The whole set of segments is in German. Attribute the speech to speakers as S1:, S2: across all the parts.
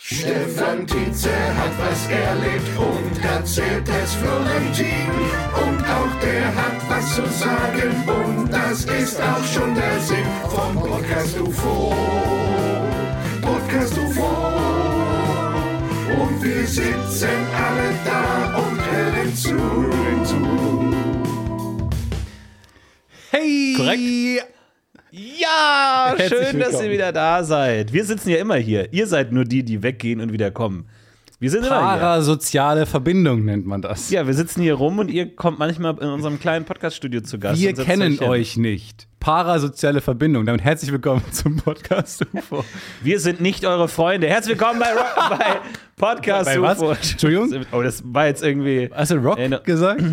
S1: Stefan Tietze hat was erlebt und erzählt es Florentin. Und auch der hat was zu sagen und das ist auch schon der Sinn vom Podcast UFO. Podcast UFO. Und wir sitzen alle da und hören zu. Hören zu.
S2: Hey!
S3: Korrekt.
S2: Ja,
S3: Herzlich
S2: schön, dass
S3: willkommen.
S2: ihr wieder da seid. Wir sitzen ja immer hier. Ihr seid nur die, die weggehen und wieder kommen. Wir sind immer hier.
S3: Parasoziale Verbindung nennt man das.
S2: Ja, wir sitzen hier rum und ihr kommt manchmal in unserem kleinen Podcast-Studio zu Gast.
S3: Wir
S2: und setzt
S3: kennen
S2: hin.
S3: euch nicht. Parasoziale Verbindung. Damit herzlich willkommen zum Podcast UFO.
S2: Wir sind nicht eure Freunde. Herzlich willkommen bei, Ro- bei Podcast
S3: Bei was?
S2: UFO.
S3: Entschuldigung?
S2: Oh, das war jetzt irgendwie.
S3: Hast du Rock
S2: Äh, ne-
S3: gesagt?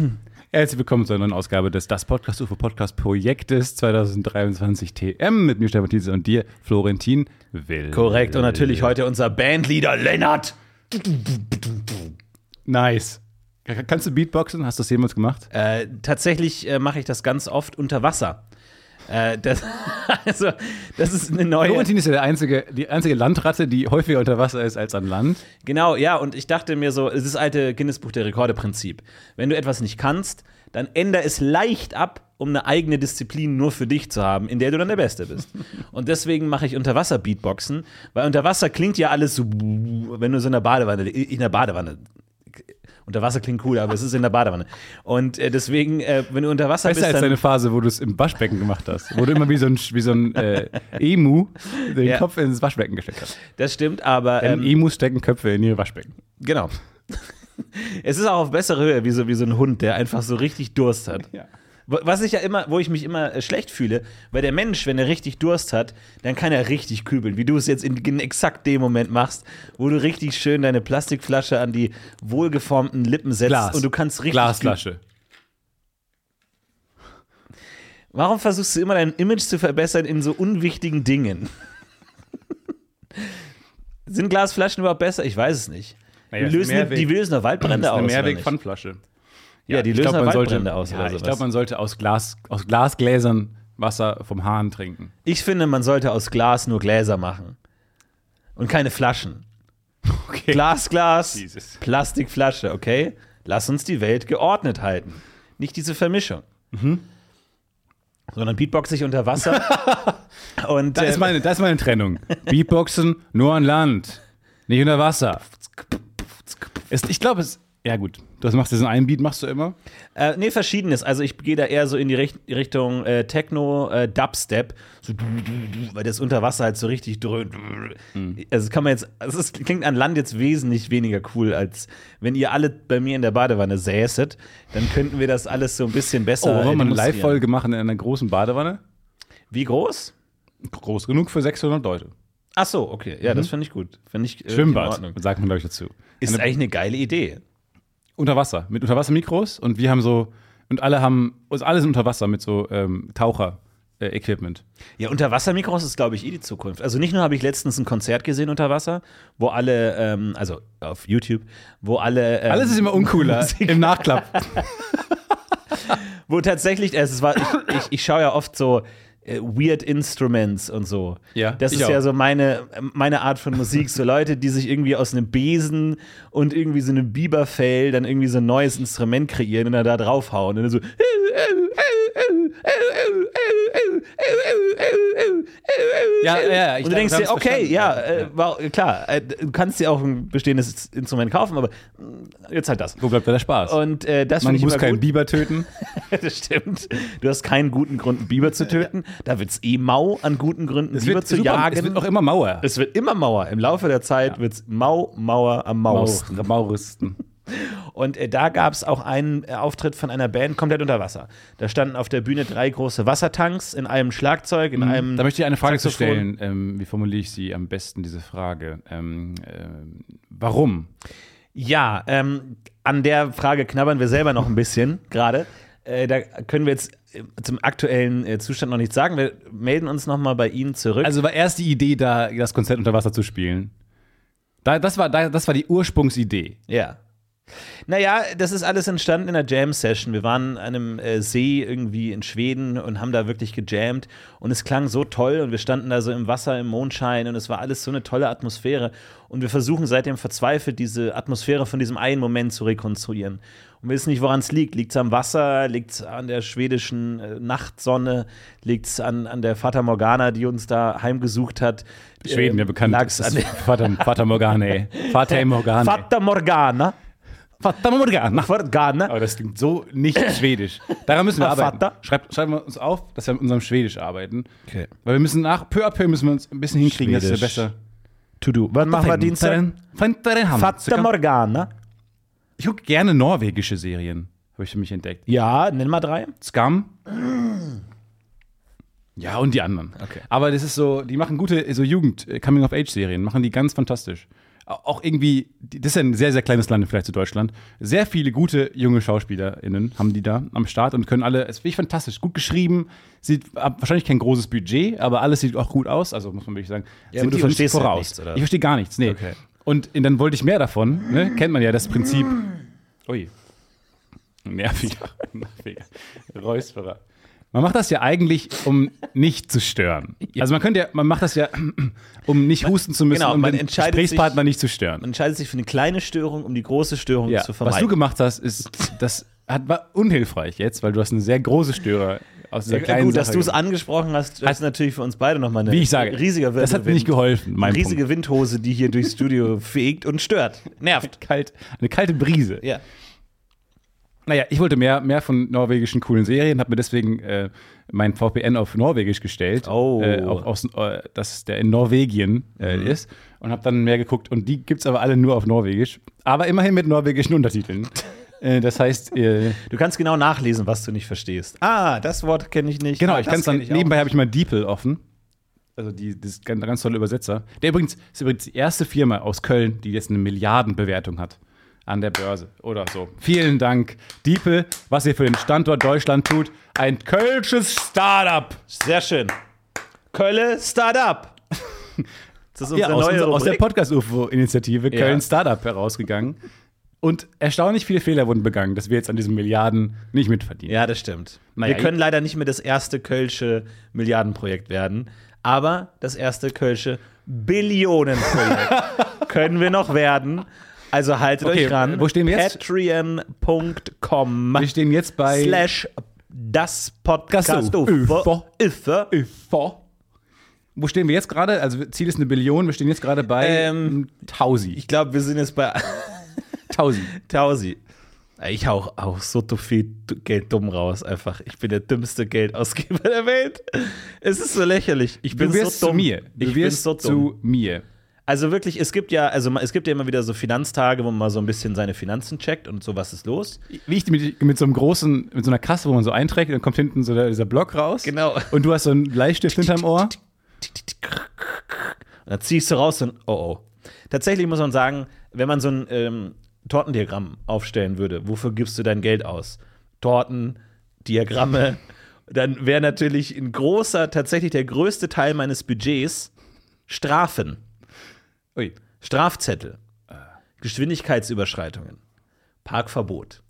S3: Herzlich willkommen zu einer neuen Ausgabe des Das Podcast UFO Podcast Projektes 2023 TM mit mir, Stefan Tietze und dir, Florentin Will.
S2: Korrekt. Und natürlich heute unser Bandleader Lennart.
S3: Nice. K- Kannst du Beatboxen? Hast du das jemals gemacht?
S2: Äh, tatsächlich äh, mache ich das ganz oft unter Wasser. Äh, das, also, das ist eine neue.
S3: Florentin ist ja der einzige, die einzige Landratte, die häufiger unter Wasser ist als an Land.
S2: Genau, ja, und ich dachte mir so, es ist das alte Guinness-Buch der Rekorde-Prinzip. Wenn du etwas nicht kannst, dann änder es leicht ab, um eine eigene Disziplin nur für dich zu haben, in der du dann der Beste bist. und deswegen mache ich Unterwasser-Beatboxen, weil unter Wasser klingt ja alles so, wenn du so in der Badewanne, in der Badewanne. Unter Wasser klingt cool, aber es ist in der Badewanne. Und äh, deswegen, äh, wenn du unter Wasser
S3: Besser als
S2: bist, dann,
S3: deine Phase, wo du es im Waschbecken gemacht hast. Wo du immer wie so ein, wie so ein äh, Emu den
S2: Ja.
S3: Kopf ins Waschbecken gesteckt hast.
S2: das stimmt, aber
S3: Denn
S2: ähm,
S3: Emus stecken Köpfe in ihr Waschbecken.
S2: genau. es ist auch auf bessere Höhe, wie so, wie so ein Hund, der einfach so richtig Durst hat. Wo- Was ich ja immer, wo ich mich immer äh, schlecht fühle, weil der Mensch, wenn er richtig Durst hat, dann kann er richtig kübeln, wie du es jetzt in, in exakt dem Moment machst, wo du richtig schön deine Plastikflasche an die wohlgeformten Lippen setzt
S3: Glas.
S2: und du kannst richtig. Genau.
S3: Glasflasche.
S2: kübeln. Warum versuchst du immer dein Image zu verbessern in so unwichtigen Dingen? Sind Glasflaschen überhaupt besser? Ich weiß es nicht.
S3: Naja, ist
S2: lösen die,
S3: Mehrweg-
S2: die lösen doch Waldbrände aus.
S3: eine
S2: oder nicht?
S3: Mehrweg-Pfandflasche.
S2: Ja, die
S3: ich
S2: lösen
S3: glaub,
S2: aber
S3: man sollte-
S2: Waldbrände aus
S3: ja,
S2: oder sowas.
S3: Ich glaube, man sollte aus, Glas, aus Glasgläsern Wasser vom Hahn trinken.
S2: Ich finde, man sollte aus Glas nur Gläser machen. Und keine Flaschen.
S3: Okay.
S2: Glas, Glas,
S3: Jesus.
S2: Plastikflasche, okay? Lass uns die Welt geordnet halten. Nicht diese Vermischung.
S3: Mhm.
S2: Sondern beatbox ich unter Wasser. und äh,
S3: Das, ist meine, das ist meine Trennung. Beatboxen nur an Land, nicht unter Wasser. Ist, ich glaube, es. Ja, gut. Das machst du so einen Beat, machst du immer.
S2: äh, nee, verschiedenes. Also ich gehe da eher so in die Richt Richtung äh, Techno, äh, Dubstep, so, du- du- du, weil das unter Wasser halt so richtig dröhnt.
S3: Mhm.
S2: Also kann man jetzt, also es klingt an Land jetzt wesentlich weniger cool, als wenn ihr alle bei mir in der Badewanne säßet, dann könnten wir das alles so ein bisschen besser.
S3: Oh, wollen wir eine
S2: demonstrieren.
S3: Live-Folge machen in einer großen Badewanne?
S2: Wie groß?
S3: Groß genug für 600 Leute.
S2: Ach so, okay. Ja, das finde ich gut. Finde ich äh,
S3: Mhm. Schwimmbad,
S2: in Ordnung.
S3: sagt man, glaube ich, dazu.
S2: Ist eigentlich eine geile Idee.
S3: Unter Wasser, mit Unterwassermikros und wir haben so, und alle haben, uns alle sind unter Wasser mit so ähm, Taucher-Equipment.
S2: Ja, Unterwassermikros ist, glaube ich, eh die Zukunft. Also nicht nur habe ich letztens ein Konzert gesehen unter Wasser, wo alle, ähm, also auf YouTube, wo alle, ähm,
S3: Alles ist immer uncooler im Nachklapp.
S2: wo tatsächlich, es war, ich, ich, ich schaue ja oft so äh, Weird Instruments und so.
S3: Ja,
S2: das
S3: ich
S2: ist ja
S3: auch.
S2: so meine, meine Art von Musik. So Leute, die sich irgendwie aus einem Besen und irgendwie so einem Biberfell dann irgendwie so ein neues Instrument kreieren und dann da draufhauen. Und dann so.
S3: Ja, ja, ja, ich
S2: und du denkst
S3: hab's
S2: dir, okay,
S3: verstanden.
S2: ja, äh, war, klar, äh, du kannst dir auch ein bestehendes Instrument kaufen, aber mh, jetzt halt das.
S3: Wo bleibt da der Spaß?
S2: Und äh, das
S3: man
S2: finde ich
S3: muss
S2: immer
S3: keinen
S2: gut.
S3: Biber töten.
S2: Das stimmt. Du hast keinen guten Grund, einen Biber zu töten. Da wird es eh mau, an guten Gründen Biber zu
S3: super,
S2: jagen.
S3: es wird auch immer Mauer.
S2: Es wird immer mauer. Im Laufe der Zeit wird es mau, mauer am Maus.
S3: Mauristen. Mauristen.
S2: Und äh, da gab es auch einen äh, Auftritt von einer Band komplett unter Wasser. Da standen auf der Bühne drei große Wassertanks in einem Schlagzeug, in einem.
S3: Da möchte ich eine Frage zu
S2: Ähm, Saxophon.
S3: stellen. Ähm, wie formuliere ich sie am besten, diese Frage? Ähm, ähm, warum?
S2: Ja, ähm, an der Frage knabbern wir selber noch ein bisschen gerade. Äh, da können wir jetzt äh, zum aktuellen äh, Zustand noch nichts sagen. Wir melden uns nochmal bei Ihnen zurück.
S3: Also war erst die Idee, da das Konzert unter Wasser zu spielen. Da, das, war, da, das war die Ursprungsidee.
S2: ja. Naja, das ist alles entstanden in der Jam-Session. Wir waren an einem äh, See irgendwie in Schweden und haben da wirklich gejammt. Und es klang so toll und wir standen da so im Wasser, im Mondschein und es war alles so eine tolle Atmosphäre. Und wir versuchen seitdem verzweifelt, diese Atmosphäre von diesem einen Moment zu rekonstruieren. Und wir wissen nicht, woran es liegt. Liegt es am Wasser? Liegt es an der schwedischen äh, Nachtsonne? Liegt es an, an der Fata Morgana, die uns da heimgesucht hat?
S3: Schweden, ja
S2: Ähm,
S3: bekannt.
S2: lag's
S3: ist
S2: an der
S3: Vater, Vater Morgane, ey. Vater Morgane.
S2: Fata Morgana.
S3: Vater Morgane.
S2: Morgana.
S3: Aber das klingt so nicht schwedisch. Daran müssen wir arbeiten.
S2: Vater?
S3: Schreibt, schreiben wir uns auf, dass wir an unserem Schwedisch arbeiten.
S2: Okay.
S3: Weil wir müssen nach, peu à peu müssen wir uns ein bisschen hinkriegen, dass wir
S2: Schwedisch.
S3: besser.
S2: To do. Wann machen wir Dienstag? Fata
S3: Dienstag?
S2: Morgana.
S3: Ich gucke gerne norwegische Serien, habe ich für mich entdeckt.
S2: Ja, nenn mal drei.
S3: Scum. Ja, und die anderen.
S2: Okay.
S3: Aber das ist so, die machen gute so Jugend-Coming-of-Age-Serien, machen die ganz fantastisch. Au- Auch irgendwie, die- das ist ja ein sehr, sehr kleines Land im Vergleich zu Deutschland. Sehr viele gute junge SchauspielerInnen haben die da am Start und können alle, es finde ich fantastisch, gut geschrieben, sieht hab wahrscheinlich kein großes Budget, aber alles sieht auch gut aus, also muss man wirklich sagen.
S2: Ja,
S3: Sind
S2: aber du
S3: die uns
S2: verstehst ja
S3: voraus.
S2: nichts, oder?
S3: Ich verstehe gar nichts, nee.
S2: Okay.
S3: Und, und dann wollte ich mehr davon, ne? kennt man ja das Prinzip. Ui. Nerviger, nerviger Räusperer. Man macht das ja eigentlich, um nicht zu stören. Also man könnte ja, man macht das ja, um nicht husten zu müssen,
S2: genau,
S3: um
S2: man
S3: den
S2: entscheidet
S3: Gesprächspartner
S2: sich-
S3: nicht zu stören.
S2: Man entscheidet sich für eine kleine Störung, um die große Störung
S3: Ja.
S2: zu
S3: Was du
S2: vermeiden.
S3: gemacht hast, ist, das hat, war unhilfreich jetzt, weil du hast eine sehr große Störer aus dieser kleinen
S2: Gut, dass
S3: Sache
S2: du es
S3: gemacht.
S2: angesprochen hast, das ist natürlich für uns beide nochmal eine
S3: Wie ich sage,
S2: riesiger
S3: das hat mir nicht
S2: Wirbelwind.
S3: geholfen, mein
S2: riesige Windhose, die hier durchs Studio fegt und stört. Nervt.
S3: Punkt. Kalt, eine kalte Brise.
S2: Ja.
S3: Naja, ich wollte mehr, mehr von norwegischen coolen Serien, habe mir deswegen äh, mein VPN auf Norwegisch gestellt.
S2: Oh.
S3: Äh, auf, aus, äh, dass der in Norwegien äh, ist. Und habe dann mehr geguckt. Und die gibt's aber alle nur auf Norwegisch. Aber immerhin mit norwegischen Untertiteln. äh, das heißt, äh,
S2: Du kannst genau nachlesen, was du nicht verstehst. Ah, das Wort kenne ich nicht.
S3: genau,
S2: ah,
S3: ich
S2: das
S3: kann es dann.
S2: kenn ich auch.
S3: nebenbei habe ich mal DeepL offen. Also die, das ist ein ganz tolle Übersetzer. Der übrigens ist übrigens die erste Firma aus Köln, die jetzt eine Milliardenbewertung hat an der Börse oder so. Vielen Dank, DeepL, was ihr für den Standort Deutschland tut. Ein kölsches Startup.
S2: Sehr schön. Kölle Startup. Das ist unsere
S3: Ja, aus,
S2: neue
S3: unserer- aus der
S2: Rubrik.
S3: Podcast-UFO-Initiative
S2: Ja.
S3: Köln Startup herausgegangen. Und erstaunlich viele Fehler wurden begangen, dass wir jetzt an diesen Milliarden nicht mitverdienen.
S2: Ja, das stimmt.
S3: Naja,
S2: wir können leider nicht mehr das erste Kölsche Milliardenprojekt werden, aber das erste Kölsche Billionenprojekt können wir noch werden. Also haltet
S3: Okay,
S2: euch ran.
S3: wo stehen wir jetzt?
S2: Patreon.com
S3: Wir stehen jetzt bei
S2: slash das Podcast
S3: Gast-
S2: UFO. Ufo.
S3: UFO. Wo stehen wir jetzt gerade? Also Ziel ist eine Billion, wir stehen jetzt gerade bei
S2: Ähm,
S3: Tausi.
S2: Ich glaube, wir sind jetzt bei
S3: Tausi.
S2: Tausi. Ich hau auch so du- viel du- Geld dumm raus, einfach. Ich bin der dümmste Geldausgeber der Welt. Es ist so lächerlich. Ich bin
S3: Du wirst
S2: so dumm.
S3: zu mir. Du
S2: ich bin
S3: wirst
S2: so dumm.
S3: zu mir.
S2: Also wirklich, es gibt ja, also ma- es gibt ja immer wieder so Finanztage, wo man mal so ein bisschen seine Finanzen checkt und so, was ist los?
S3: Wie ich mit, mit so einem großen, mit so einer Kasse, wo man so einträgt, dann kommt hinten so der, dieser Block raus.
S2: Genau.
S3: Und du hast so einen Bleistift hinterm Ohr.
S2: Und dann ziehst du raus und oh oh. Tatsächlich muss man sagen, wenn man so ein ähm, Tortendiagramm aufstellen würde, wofür gibst du dein Geld aus? Torten, Diagramme, dann wäre natürlich ein großer, tatsächlich der größte Teil meines Budgets Strafen.
S3: Ui.
S2: Strafzettel, Geschwindigkeitsüberschreitungen, Parkverbot.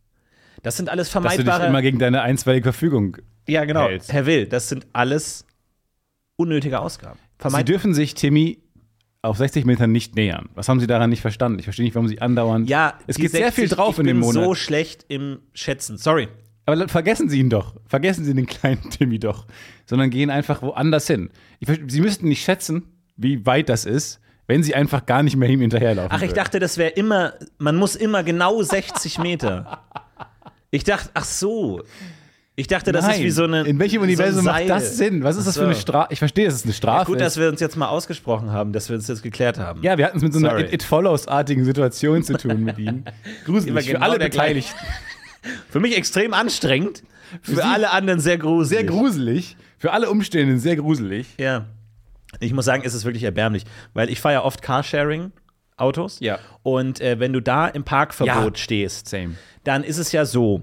S2: Das sind alles
S3: Dass du dich immer
S2: vermeidbare.
S3: gegen deine einstweilige Verfügung
S2: Ja, genau.
S3: hältst.
S2: Herr Will, das sind alles unnötige Ausgaben.
S3: Sie
S2: Vermeid
S3: dürfen sich, Timmy, auf 60 Metern nicht nähern. Was haben Sie daran nicht verstanden? Ich verstehe nicht, warum Sie andauernd.
S2: ja,
S3: es
S2: die
S3: geht sehr
S2: 60
S3: viel drauf
S2: ich
S3: in
S2: bin
S3: dem Monat.
S2: so schlecht im Schätzen. Sorry.
S3: Aber le- vergessen Sie ihn doch. Vergessen Sie den kleinen Timmy doch. Sondern gehen einfach woanders hin. Ich, ver- Sie müssten nicht schätzen, wie weit das ist, wenn Sie einfach gar nicht mehr ihm hinterherlaufen.
S2: Ach, ich
S3: würden.
S2: dachte, das wäre immer, man muss immer genau 60 Meter. Ich dachte, ach so. Ich dachte, das
S3: Nein.
S2: ist wie so eine.
S3: In welchem
S2: so ein
S3: Universum macht
S2: Seil.
S3: das Sinn? Was ist das für eine
S2: so.
S3: Strafe? Ich verstehe, es ist eine Strafe.
S2: Gut, dass wir uns jetzt mal ausgesprochen haben, dass wir uns jetzt geklärt haben.
S3: ja, wir hatten es mit so einer
S2: Sorry.
S3: It, It Follows-artigen Situation zu tun mit ihm. Gruselig
S2: genau
S3: für alle
S2: der gleiche.
S3: Beteiligten.
S2: Für mich extrem anstrengend, für
S3: Sie-
S2: alle anderen sehr gruselig.
S3: Sehr gruselig. Für alle Umstehenden sehr gruselig.
S2: Ja. Ich muss sagen, es ist wirklich erbärmlich, weil ich fahre ja oft Carsharing. Autos.
S3: Ja.
S2: Und äh, wenn du da im Parkverbot
S3: Ja.
S2: stehst,
S3: Same.
S2: dann ist es ja so,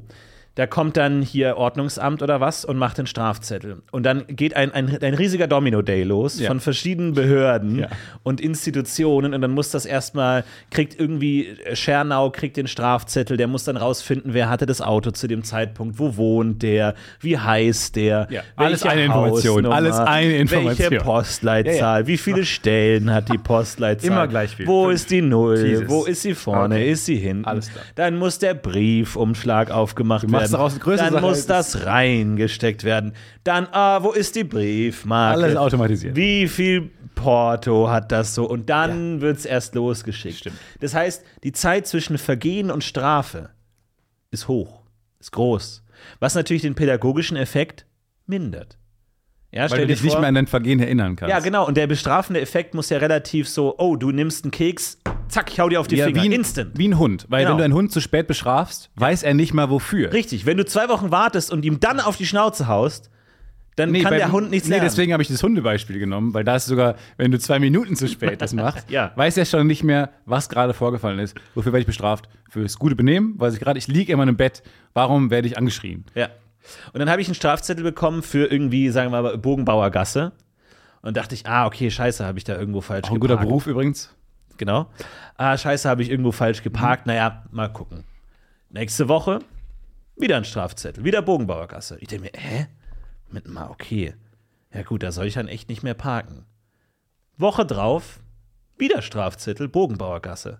S2: Da kommt dann hier Ordnungsamt oder was und macht den Strafzettel. Und dann geht ein, ein, ein riesiger Domino-Day los
S3: Ja.
S2: von verschiedenen Behörden
S3: Ja.
S2: und Institutionen. Und dann muss das erstmal, kriegt irgendwie äh, Schernau, kriegt den Strafzettel, der muss dann rausfinden, wer hatte das Auto zu dem Zeitpunkt, wo wohnt der, wie heißt der,
S3: Ja,
S2: welche
S3: alles eine Information,
S2: Hausnummer,
S3: alles eine Information.
S2: Welche Postleitzahl,
S3: Ja,
S2: wie viele Stellen hat die Postleitzahl?
S3: Immer gleich viel.
S2: Wo ist die Null?
S3: Jesus.
S2: Wo ist sie vorne?
S3: Okay.
S2: Ist sie hinten?
S3: Alles klar.
S2: Dann muss der Briefumschlag aufgemacht
S3: machst
S2: werden.
S3: daraus eine größere
S2: Dann
S3: Sache.
S2: muss das reingesteckt werden. Dann, ah, wo ist die Briefmarke?
S3: Alles automatisiert.
S2: Wie viel Porto hat das so? Und dann wird es erst losgeschickt.
S3: Stimmt.
S2: Das heißt, die Zeit zwischen Vergehen und Strafe ist hoch, ist groß. Was natürlich den pädagogischen Effekt mindert. Ja,
S3: Weil du dich nicht mehr an dein Vergehen erinnern kannst.
S2: ja, genau. Und der bestrafende Effekt muss ja relativ so, oh, du nimmst einen Keks, zack, ich hau dir auf die
S3: Ja,
S2: Finger.
S3: wie, ein,
S2: Instant.
S3: wie ein Hund. Weil
S2: Genau.
S3: wenn du einen Hund zu spät bestrafst, weiß er nicht mal wofür.
S2: Richtig. Wenn du zwei Wochen wartest und ihm dann auf die Schnauze haust, dann kann
S3: beim-
S2: der Hund nichts
S3: Nee,
S2: lernen.
S3: deswegen habe ich das Hundebeispiel genommen, weil da ist sogar, wenn du zwei Minuten zu spät das machst,
S2: Ja.
S3: weiß er schon nicht mehr, was gerade vorgefallen ist. Wofür werde ich bestraft? Fürs gute Benehmen, weil ich gerade, ich liege immer im Bett. Warum werde ich angeschrien?
S2: Ja. Und dann habe ich einen Strafzettel bekommen für irgendwie, sagen wir mal, Bogenbauergasse. Und dachte ich, ah, okay, scheiße, habe ich da irgendwo falsch
S3: Auch ein guter Beruf übrigens.
S2: Genau. Ah, scheiße, habe ich irgendwo falsch geparkt. Naja, mal gucken. Nächste Woche wieder ein Strafzettel, wieder Bogenbauergasse. Ich denke mir, hä? Mit mal, okay. Ja gut, da soll ich dann echt nicht mehr parken. Woche drauf, wieder Strafzettel, Bogenbauergasse.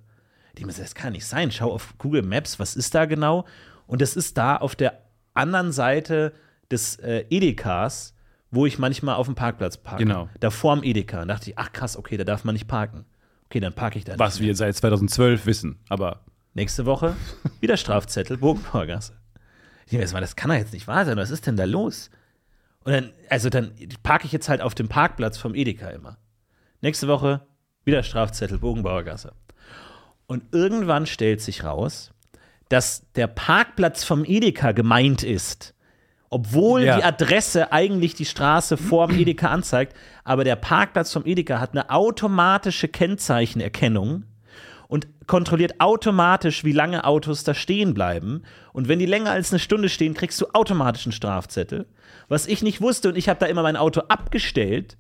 S2: Ich mir, so, das kann nicht sein. Schau auf Google Maps, was ist da genau? Und das ist da auf der anderen Seite des äh, Edekas, wo ich manchmal auf dem Parkplatz parke.
S3: Genau.
S2: Da vorm Edeka. Und dachte ich, ach krass, okay, da darf man nicht parken. Okay, dann parke ich da
S3: Was
S2: nicht.
S3: wir seit 2012 wissen. Aber
S2: Nächste Woche wieder Strafzettel, Bogenbauergasse. Ich denke mir, erstmal, das kann doch jetzt nicht wahr sein. Was ist denn da los? Und dann, also dann parke ich jetzt halt auf dem Parkplatz vom Edeka immer. Nächste Woche wieder Strafzettel, Bogenbauergasse. Und irgendwann stellt sich raus, dass der Parkplatz vom Edeka gemeint ist. Obwohl
S3: Ja.
S2: die Adresse eigentlich die Straße vor dem Edeka anzeigt, aber der Parkplatz vom Edeka hat eine automatische Kennzeichenerkennung und kontrolliert automatisch, wie lange Autos da stehen bleiben. Und wenn die länger als eine Stunde stehen, kriegst du automatisch einen Strafzettel. Was ich nicht wusste und ich habe da immer mein Auto abgestellt.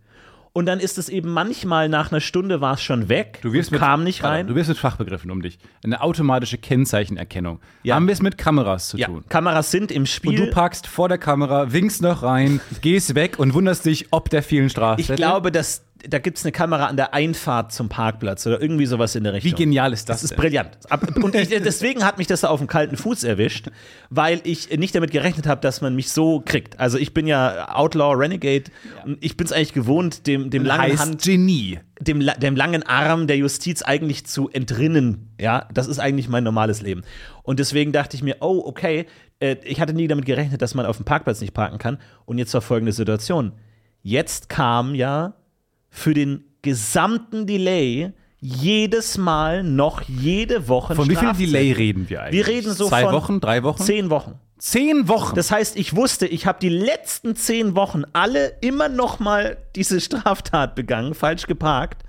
S2: Und dann ist es eben manchmal nach einer Stunde war es schon weg,
S3: du wirst
S2: und
S3: mit,
S2: kam nicht
S3: Warte,
S2: rein.
S3: Du wirst mit Fachbegriffen um dich. Eine automatische Kennzeichenerkennung. Haben wir es mit Kameras zu
S2: ja,
S3: tun.
S2: Kameras sind im Spiel.
S3: Und du packst vor der Kamera, winkst noch rein, gehst weg und wunderst dich, ob der vielen Strafe.
S2: Ich glaube, dass da gibt es eine Kamera an der Einfahrt zum Parkplatz oder irgendwie sowas in der Richtung.
S3: Wie genial ist das?
S2: Das ist
S3: denn?
S2: brillant. Ab- Und ich, deswegen hat mich das da auf dem kalten Fuß erwischt, weil ich nicht damit gerechnet habe, dass man mich so kriegt. Also ich bin ja Outlaw, Renegade. Ich bin es eigentlich gewohnt, dem, dem langen
S3: heißt
S2: Hand,
S3: Genie.
S2: dem, la- dem langen Arm der Justiz eigentlich zu entrinnen. Ja, das ist eigentlich mein normales Leben. Und deswegen dachte ich mir, oh, okay, äh, ich hatte nie damit gerechnet, dass man auf dem Parkplatz nicht parken kann. Und jetzt war folgende Situation. Jetzt kam ja für den gesamten Delay jedes Mal noch jede Woche ein
S3: Von wie viel
S2: Strafzettel.
S3: Delay reden wir eigentlich?
S2: Wir reden so
S3: Zwei
S2: von
S3: Wochen, drei Wochen?
S2: Zehn Wochen.
S3: Zehn Wochen.
S2: Das heißt, ich wusste, ich habe die letzten zehn Wochen alle immer noch mal diese Straftat begangen, falsch geparkt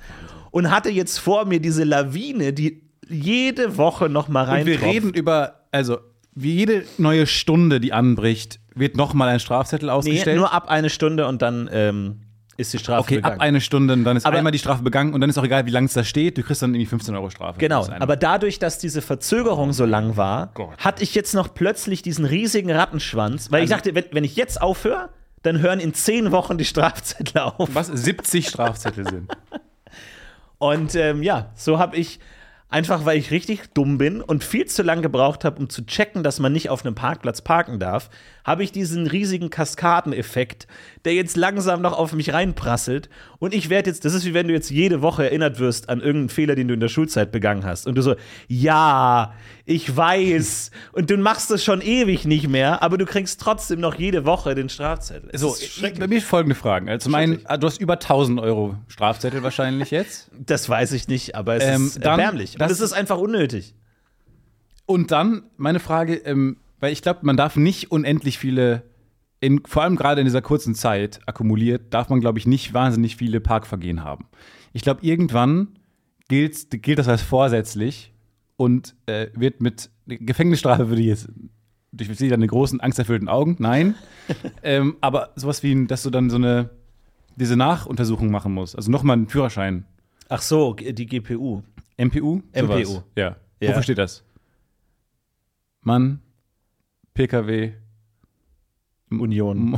S2: und hatte jetzt vor mir diese Lawine, die jede Woche noch mal rein.
S3: Und wir reden über, also wie jede neue Stunde, die anbricht, wird nochmal ein Strafzettel
S2: nee,
S3: ausgestellt.
S2: nur ab eine Stunde und dann ähm, ist die Strafe
S3: okay,
S2: begangen.
S3: ab eine Stunde, und dann ist
S2: Aber-
S3: einmal die Strafe begangen und dann ist auch egal, wie lange es da steht, du kriegst dann irgendwie 15 Euro Strafe.
S2: Genau,
S3: Das ist eine-
S2: aber dadurch, dass diese Verzögerung so lang war, hatte ich jetzt noch plötzlich diesen riesigen Rattenschwanz, weil ich
S3: Also
S2: dachte, wenn, wenn ich jetzt aufhöre, dann hören in zehn Wochen die Strafzettel auf.
S3: Was 70 Strafzettel sind.
S2: Und ähm, ja, so habe ich einfach, weil ich richtig dumm bin und viel zu lang gebraucht habe, um zu checken, dass man nicht auf einem Parkplatz parken darf, habe ich diesen riesigen Kaskadeneffekt, der jetzt langsam noch auf mich reinprasselt. Und ich werde jetzt, das ist wie wenn du jetzt jede Woche erinnert wirst an irgendeinen Fehler, den du in der Schulzeit begangen hast. Und du so, ja, ich weiß. und du machst das schon ewig nicht mehr, aber du kriegst trotzdem noch jede Woche den Strafzettel. Es
S3: So,
S2: ist
S3: ich-
S2: schrecklich.
S3: bei mir folgende Fragen. Also zum einen, du hast über 1000 Euro Strafzettel wahrscheinlich jetzt.
S2: das weiß ich nicht, aber es
S3: Ähm,
S2: ist
S3: dann-
S2: erbärmlich. Und
S3: das-
S2: es ist einfach unnötig.
S3: Und dann meine Frage, ähm, weil ich glaube, man darf nicht unendlich viele, in, vor allem gerade in dieser kurzen Zeit akkumuliert, darf man, glaube ich, nicht wahnsinnig viele Parkvergehen haben. Ich glaube, irgendwann gilt, gilt das als vorsätzlich und äh, wird mit Gefängnisstrafe würde ich jetzt ich sehe deine großen, angsterfüllten Augen, nein. ähm, aber sowas wie, dass du dann so eine, diese Nachuntersuchung machen musst. Also nochmal einen Führerschein.
S2: Ach so, die GPU.
S3: MPU?
S2: MPU.
S3: Sowas. Ja.
S2: Ja.
S3: Wofür steht das? Mann, PKW,
S2: Union.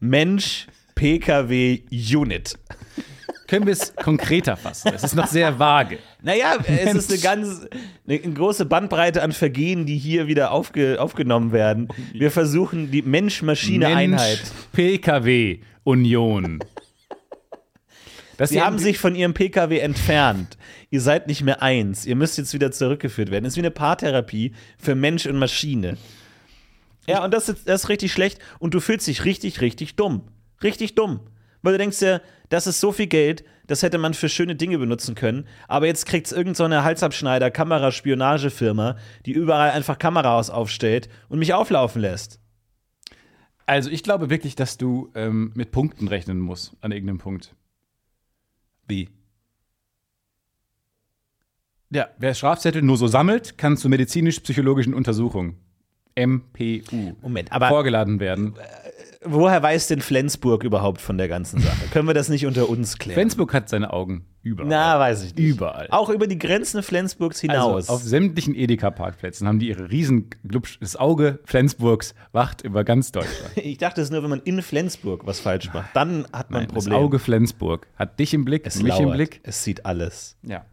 S2: Mensch, PKW, Unit.
S3: Können wir es konkreter fassen? Es ist noch sehr vage.
S2: Naja, es ist eine
S3: Mensch.
S2: ganz eine, eine große Bandbreite an Vergehen, die hier wieder aufge, aufgenommen werden. Wir versuchen die Mensch-Maschine-Einheit.
S3: PKW, Union. Das
S2: Sie haben sich von ihrem PKW entfernt. Ihr seid nicht mehr eins. Ihr müsst jetzt wieder zurückgeführt werden. Das ist wie eine Paartherapie für Mensch und Maschine. Ja, und das ist, das ist richtig schlecht. Und du fühlst dich richtig, richtig dumm. Richtig dumm. Weil du denkst ja, das ist so viel Geld, das hätte man für schöne Dinge benutzen können. Aber jetzt kriegt es irgendeine so eine Halsabschneider, Kameraspionagefirma, die überall einfach Kameras aufstellt und mich auflaufen lässt.
S3: also ich glaube wirklich, dass du ähm, mit Punkten rechnen musst, an irgendeinem Punkt.
S2: Wie?
S3: Ja, wer Strafzettel nur so sammelt, kann zu medizinisch-psychologischen Untersuchungen, MPU,
S2: Moment, aber
S3: vorgeladen werden.
S2: woher weiß denn Flensburg überhaupt von der ganzen Sache? Können wir das nicht unter uns klären?
S3: Flensburg hat seine Augen überall.
S2: Na, weiß ich nicht.
S3: Überall.
S2: Auch über die Grenzen Flensburgs hinaus.
S3: Also auf sämtlichen Edeka-Parkplätzen haben die ihre riesen Glubsch Das Auge Flensburgs wacht über ganz Deutschland.
S2: ich dachte es nur, wenn man in Flensburg was falsch macht, dann hat man ein Problem.
S3: Das Auge Flensburg hat dich im Blick,
S2: es
S3: mich im
S2: lauert.
S3: Blick.
S2: Es sieht alles.
S3: Ja.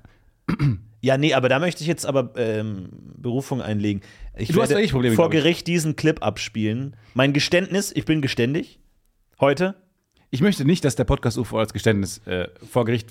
S2: Ja, nee, aber da möchte ich jetzt aber ähm, Berufung einlegen. Ich
S3: Du hast
S2: werde
S3: da echt Probleme,
S2: vor
S3: glaub ich.
S2: Gericht diesen Clip abspielen. Mein Geständnis, ich bin geständig. Heute.
S3: Ich möchte nicht, dass der Podcast UFO als Geständnis äh, vor Gericht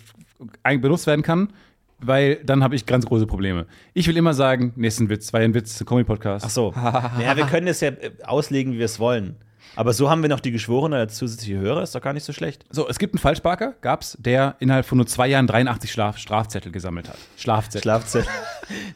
S3: ein- benutzt werden kann, weil dann habe ich ganz große Probleme. Ich will immer sagen, nächsten Witz, war ja ein Witz, ist ein Comedy-Podcast.
S2: Ach so. naja, wir können es ja äh, auslegen, wie wir es wollen. Aber so haben wir noch die Geschworenen als zusätzliche Hörer. Ist doch gar nicht so schlecht.
S3: So, es gibt einen Falschparker, gab's, der innerhalb von nur zwei Jahren 83 Schlaf Strafzettel gesammelt hat. Schlafzettel.
S2: Schlafzettel.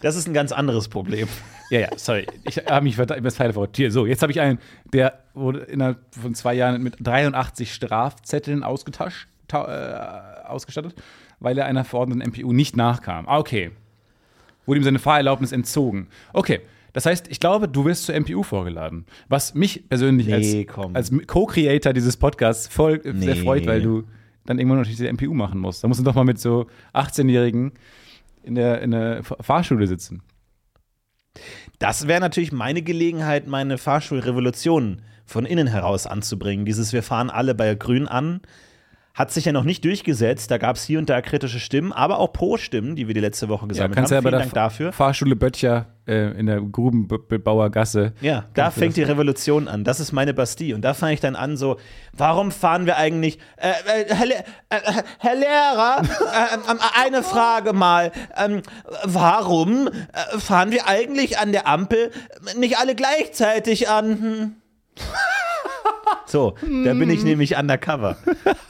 S2: Das ist ein ganz anderes Problem.
S3: Ja, ja, sorry. Ich habe mich verdammt das Teil verrückt. Hier, so, jetzt habe ich einen, der wurde innerhalb von zwei Jahren mit 83 Strafzetteln ausgetascht, ta- äh, ausgestattet, weil er einer verordneten MPU nicht nachkam. Ah, okay. Wurde ihm seine Fahrerlaubnis entzogen. Okay. Das heißt, ich glaube, du wirst zur MPU vorgeladen. Was mich persönlich
S2: Nee, komm.
S3: als, als Co-Creator dieses Podcasts voll äh, sehr
S2: Nee.
S3: freut, weil du dann irgendwann natürlich die MPU machen musst. Da musst du doch mal mit so 18-Jährigen in der, in der Fa- Fahrschule sitzen.
S2: Das wäre natürlich meine Gelegenheit, meine Fahrschulrevolution von innen heraus anzubringen. Dieses Wir fahren alle bei Grün an hat sich ja noch nicht durchgesetzt. Da gab es hier und da kritische Stimmen, aber auch Pro-Stimmen, die wir die letzte Woche
S3: Ja,
S2: gesammelt
S3: kannst du ja
S2: haben.
S3: bei
S2: Vielen
S3: der
S2: Dank dafür.
S3: Fahrschule Böttcher äh, in der Grubenbauer Gasse.
S2: Ja, da
S3: Kannst du
S2: fängt die
S3: das-
S2: Revolution an. Das ist meine Bastille. Und da fange ich dann an so, warum fahren wir eigentlich, äh, äh, Herr, Le äh, äh, Herr Lehrer, äh, ähm, äh, eine Frage mal, ähm, warum äh, fahren wir eigentlich an der Ampel nicht alle gleichzeitig an? Hm. So, da bin
S3: Hm.
S2: ich nämlich undercover.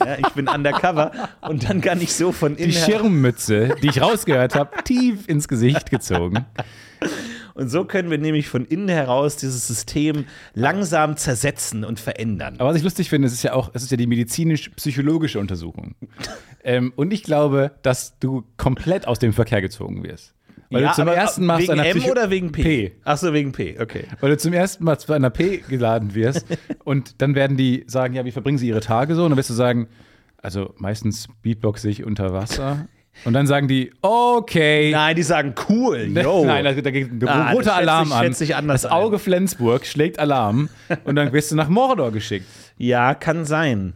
S2: Ja, ich bin undercover und dann kann ich so von
S3: Die
S2: innen her-
S3: Schirmmütze, die ich rausgehört habe, tief ins Gesicht gezogen.
S2: und so können wir nämlich von innen heraus dieses System langsam zersetzen und verändern.
S3: Aber was ich lustig finde, es ist ja auch, es ist ja die medizinisch-psychologische Untersuchung. ähm, und ich glaube, dass du komplett aus dem Verkehr gezogen wirst. Weil du zum
S2: aber äh,
S3: ersten Mal
S2: wegen
S3: zu einer
S2: M
S3: Psycho-
S2: oder wegen P?
S3: P.
S2: Ach so, wegen P, okay.
S3: Weil du zum ersten Mal zu einer P geladen wirst und dann werden die sagen, ja, wie verbringen sie ihre Tage so? Und dann wirst du sagen, also meistens beatbox ich unter Wasser. Und dann sagen die, okay.
S2: Nein, die sagen cool, yo.
S3: Nein, also da, da geht ein
S2: Ah, das
S3: roter
S2: schätze ich-
S3: Alarm an.
S2: schätze ich anders
S3: das
S2: ein.
S3: Auge Flensburg schlägt Alarm und dann wirst du nach Mordor geschickt.
S2: ja, kann sein.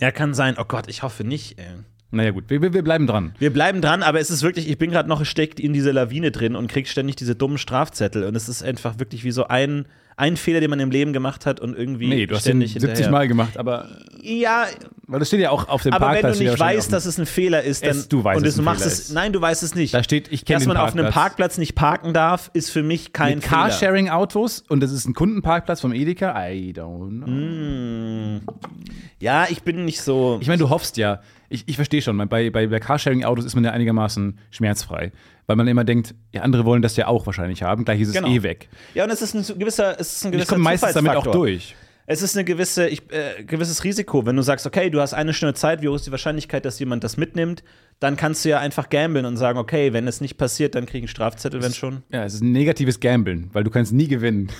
S2: Ja, kann sein. Oh Gott, ich hoffe nicht. Ey.
S3: Naja gut, wir, wir wir bleiben dran.
S2: Wir bleiben dran, aber es ist wirklich, ich bin gerade noch steckt in dieser Lawine drin und krieg ständig diese dummen Strafzettel und es ist einfach wirklich wie so ein, ein Fehler, den man im Leben gemacht hat und irgendwie
S3: Nee, du hast den
S2: ständig
S3: 70
S2: hinterher.
S3: Mal gemacht, aber
S2: Ja,
S3: weil das steht ja auch auf dem
S2: aber wenn
S3: Parkplatz.
S2: du
S3: steht ja
S2: nicht
S3: wahrscheinlich
S2: weißt,
S3: auch-
S2: dass es ein Fehler ist, dann
S3: Es- du weißt,
S2: und
S3: dass
S2: du
S3: es ein
S2: machst
S3: Fehler
S2: es.
S3: ist.
S2: Nein, du weißt es nicht.
S3: Da steht, ich kenn
S2: Dass
S3: den
S2: man auf einem
S3: Parkplatz.
S2: Parkplatz nicht parken darf, ist für mich kein
S3: mit
S2: Fehler.
S3: Carsharing-Autos und das ist ein Kundenparkplatz vom Edeka. I don't know.
S2: Ja, ich bin nicht so.
S3: Ich meine, du hoffst ja. Ich, ich verstehe schon, bei, bei, bei Carsharing-Autos ist man ja einigermaßen schmerzfrei, weil man immer denkt, ja, andere wollen das ja auch wahrscheinlich haben, gleich ist es
S2: Genau.
S3: eh weg.
S2: Ja, und es ist ein gewisser, es ist ein
S3: Und ich
S2: gewisser
S3: komme meistens damit auch
S2: Zufallsfaktor.
S3: durch.
S2: es ist eine gewisse, ich, äh, gewisses Risiko. Wenn du sagst, okay, du hast eine Stunde Zeit, wie hoch ist die Wahrscheinlichkeit, dass jemand das mitnimmt? Dann kannst du ja einfach gamblen und sagen, okay, wenn es nicht passiert, dann krieg ich einen Strafzettel, wenn schon.
S3: Ja, es ist ein negatives Gambeln, weil du kannst nie gewinnen.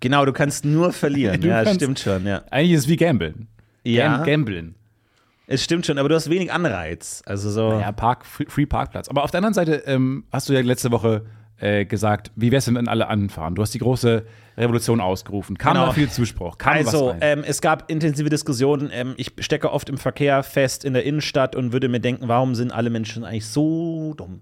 S2: Genau, du kannst nur verlieren.
S3: Du
S2: ja,
S3: kannst-
S2: stimmt schon, ja.
S3: Eigentlich ist es wie Gambeln.
S2: Ja.
S3: Gam- Gambeln.
S2: Es stimmt schon, aber du hast wenig Anreiz. Also so.
S3: Ja, Park, Free Free Parkplatz. Aber auf der anderen Seite ähm, hast du ja letzte Woche äh, gesagt, wie wär's denn, wenn alle anfahren? Du hast die große Revolution ausgerufen. Kam
S2: Genau.
S3: da viel Zuspruch? Kam was
S2: Also,
S3: rein?
S2: ähm, es gab intensive Diskussionen. Ähm, ich stecke oft im Verkehr fest in der Innenstadt und würde mir denken, warum sind alle Menschen eigentlich so dumm?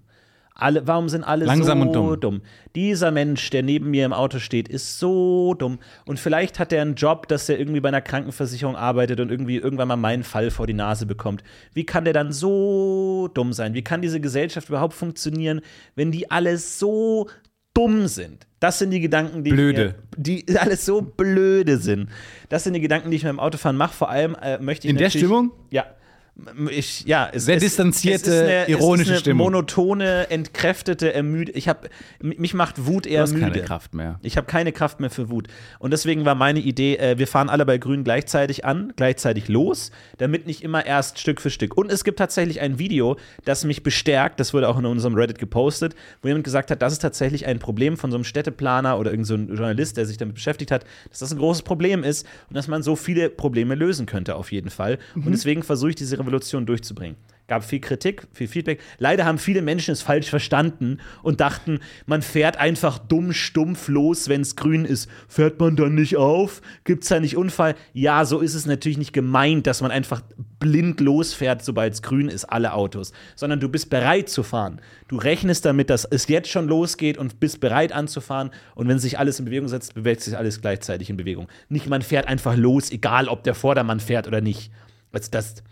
S2: Alle, warum sind alle
S3: Langsam
S2: so
S3: und dumm.
S2: Dieser Mensch, der neben mir im Auto steht, ist so dumm. Und vielleicht hat er einen Job, dass er irgendwie bei einer Krankenversicherung arbeitet und irgendwie irgendwann mal meinen Fall vor die Nase bekommt. Wie kann der dann so dumm sein? Wie kann diese Gesellschaft überhaupt funktionieren, wenn die alle so dumm sind? Das sind die Gedanken, die ich
S3: Blöde.
S2: mir- die alles so blöde sind. Das sind die Gedanken, die ich beim Autofahren mache. Vor allem äh, möchte ich
S3: In der
S2: natürlich-
S3: Stimmung?
S2: Ja. M- Ich, ja, es,
S3: Sehr
S2: es,
S3: distanzierte,
S2: es ist eine,
S3: ironische
S2: es ist eine
S3: Stimmung.
S2: monotone, entkräftete, ermüde. Ich habe mich macht Wut eher
S3: du hast
S2: müde.
S3: keine Kraft mehr.
S2: Ich habe keine Kraft mehr für Wut. Und deswegen war meine Idee, äh, wir fahren alle bei Grün gleichzeitig an, gleichzeitig los, damit nicht immer erst Stück für Stück. Und es gibt tatsächlich ein Video, das mich bestärkt, das wurde auch in unserem Reddit gepostet, wo jemand gesagt hat, das ist tatsächlich ein Problem von so einem Städteplaner oder irgendeinem so einem Journalist, der sich damit beschäftigt hat, dass das ein großes Problem ist und dass man so viele Probleme lösen könnte auf jeden Fall. Und deswegen versuche ich diese Revolution durchzubringen gab viel Kritik, viel Feedback. Leider haben viele Menschen es falsch verstanden und dachten, man fährt einfach dumm stumpf los, wenn es grün ist. Fährt man dann nicht auf? Gibt es da nicht Unfall? Ja, so ist es natürlich nicht gemeint, dass man einfach blind losfährt, sobald es grün ist, alle Autos, sondern du bist bereit zu fahren. Du rechnest damit, dass es jetzt schon losgeht und bist bereit anzufahren und wenn sich alles in Bewegung setzt, bewegt sich alles gleichzeitig in Bewegung. Nicht, man fährt einfach los, egal ob der Vordermann fährt oder nicht. Also das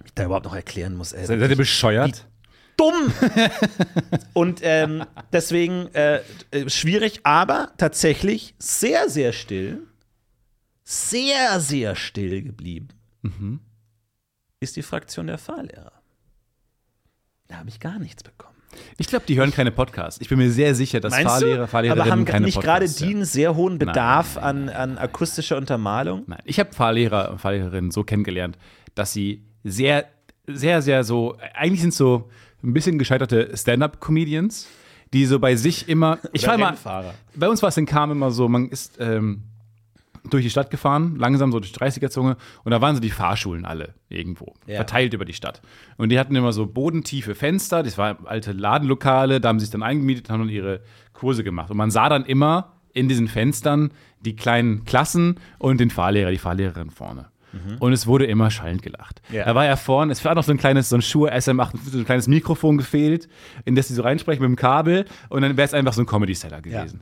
S2: mich da überhaupt noch erklären muss. Ey
S3: Seid ihr bescheuert?
S2: dumm. Und ähm, deswegen äh, äh, schwierig, aber tatsächlich sehr, sehr still. Sehr, sehr still geblieben.
S3: Mhm.
S2: Ist die Fraktion der Fahrlehrer. Da habe ich gar nichts bekommen.
S3: Ich glaube, die hören keine Podcasts. Ich bin mir sehr sicher, dass Fahrlehrer, Fahrlehrerinnen
S2: aber haben
S3: keine
S2: nicht gerade
S3: Podcasts
S2: die
S3: hören.
S2: einen sehr hohen Bedarf an, an akustischer Untermalung?
S3: Nein, ich habe Fahrlehrer und Fahrlehrerinnen so kennengelernt, dass sie sehr, sehr, sehr so, eigentlich sind so ein bisschen gescheiterte Stand-up-Comedians, die so bei sich immer. Ich
S2: Oder
S3: war mal,
S2: Rennfahrer.
S3: bei uns war es in Kam immer so, man ist ähm, durch die Stadt gefahren, langsam so durch die 30er-Zunge und da waren so die Fahrschulen alle irgendwo,
S2: Ja.
S3: verteilt über die Stadt. Und die hatten immer so bodentiefe Fenster, das waren alte Ladenlokale, da haben sie sich dann eingemietet, haben dann ihre Kurse gemacht. Und man sah dann immer in diesen Fenstern die kleinen Klassen und den Fahrlehrer, die Fahrlehrerin vorne. Und es wurde immer schallend gelacht.
S2: Mhm. Ja.
S3: Da war er vorne, es war noch so ein kleines, so ein Schuhe SM58, so ein kleines Mikrofon gefehlt, in das sie so reinsprechen mit dem Kabel und dann wäre es einfach so ein Comedy-Seller gewesen.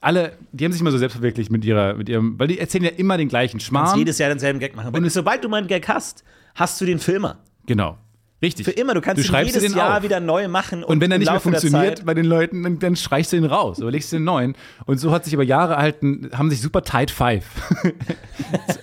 S3: Alle, die haben sich immer so selbst verwirklicht mit ihrer, mit ihrem, weil die erzählen ja immer den gleichen
S2: Kannst
S3: Schmarrn.
S2: jedes Jahr denselben Gag machen. Und sobald du mal einen Gag hast, hast du den Filmer.
S3: Genau. Richtig.
S2: Für immer. Du kannst ihn
S3: schreibst dir
S2: jedes
S3: den
S2: Jahr
S3: auf.
S2: wieder neu machen.
S3: Und wenn er
S2: im
S3: nicht mehr
S2: Laufe der
S3: funktioniert
S2: Zeit-
S3: bei den Leuten, dann, dann streichst du ihn raus, überlegst dir einen neuen. Und so hat sich über Jahre halt, ein- haben sich super Tight Five.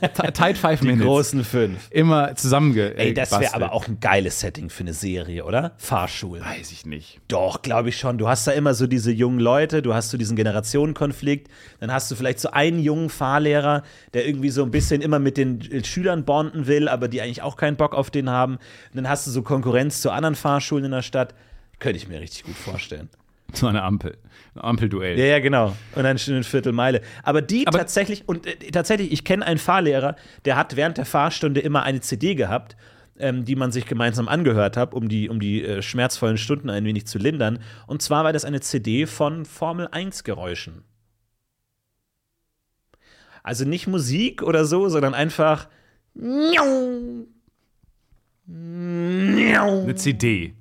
S3: T- tight Five
S2: Die
S3: Minutes.
S2: großen fünf.
S3: Immer zusammenge.
S2: Ey, das wäre aber auch ein geiles Setting für eine Serie, oder? Fahrschulen.
S3: Weiß ich nicht.
S2: Doch, glaube ich schon. Du hast da immer so diese jungen Leute, du hast so diesen Generationenkonflikt, dann hast du vielleicht so einen jungen Fahrlehrer, der irgendwie so ein bisschen immer mit den äh, Schülern bonden will, aber die eigentlich auch keinen Bock auf den haben. Und dann hast du so Konkurrenz zu anderen Fahrschulen in der Stadt. Könnte ich mir richtig gut vorstellen.
S3: So eine Ampel. Ein Ampelduell.
S2: Ja, ja, genau. Und dann schon eine Viertelmeile. Aber die
S3: Aber-
S2: tatsächlich, und äh, tatsächlich, ich kenne einen Fahrlehrer, der hat während der Fahrstunde immer eine CD gehabt, ähm, die man sich gemeinsam angehört hat, um die, um die äh, schmerzvollen Stunden ein wenig zu lindern. Und zwar war das eine CD von Formel 1 Geräuschen. Also nicht Musik oder so, sondern einfach.
S3: Eine CD.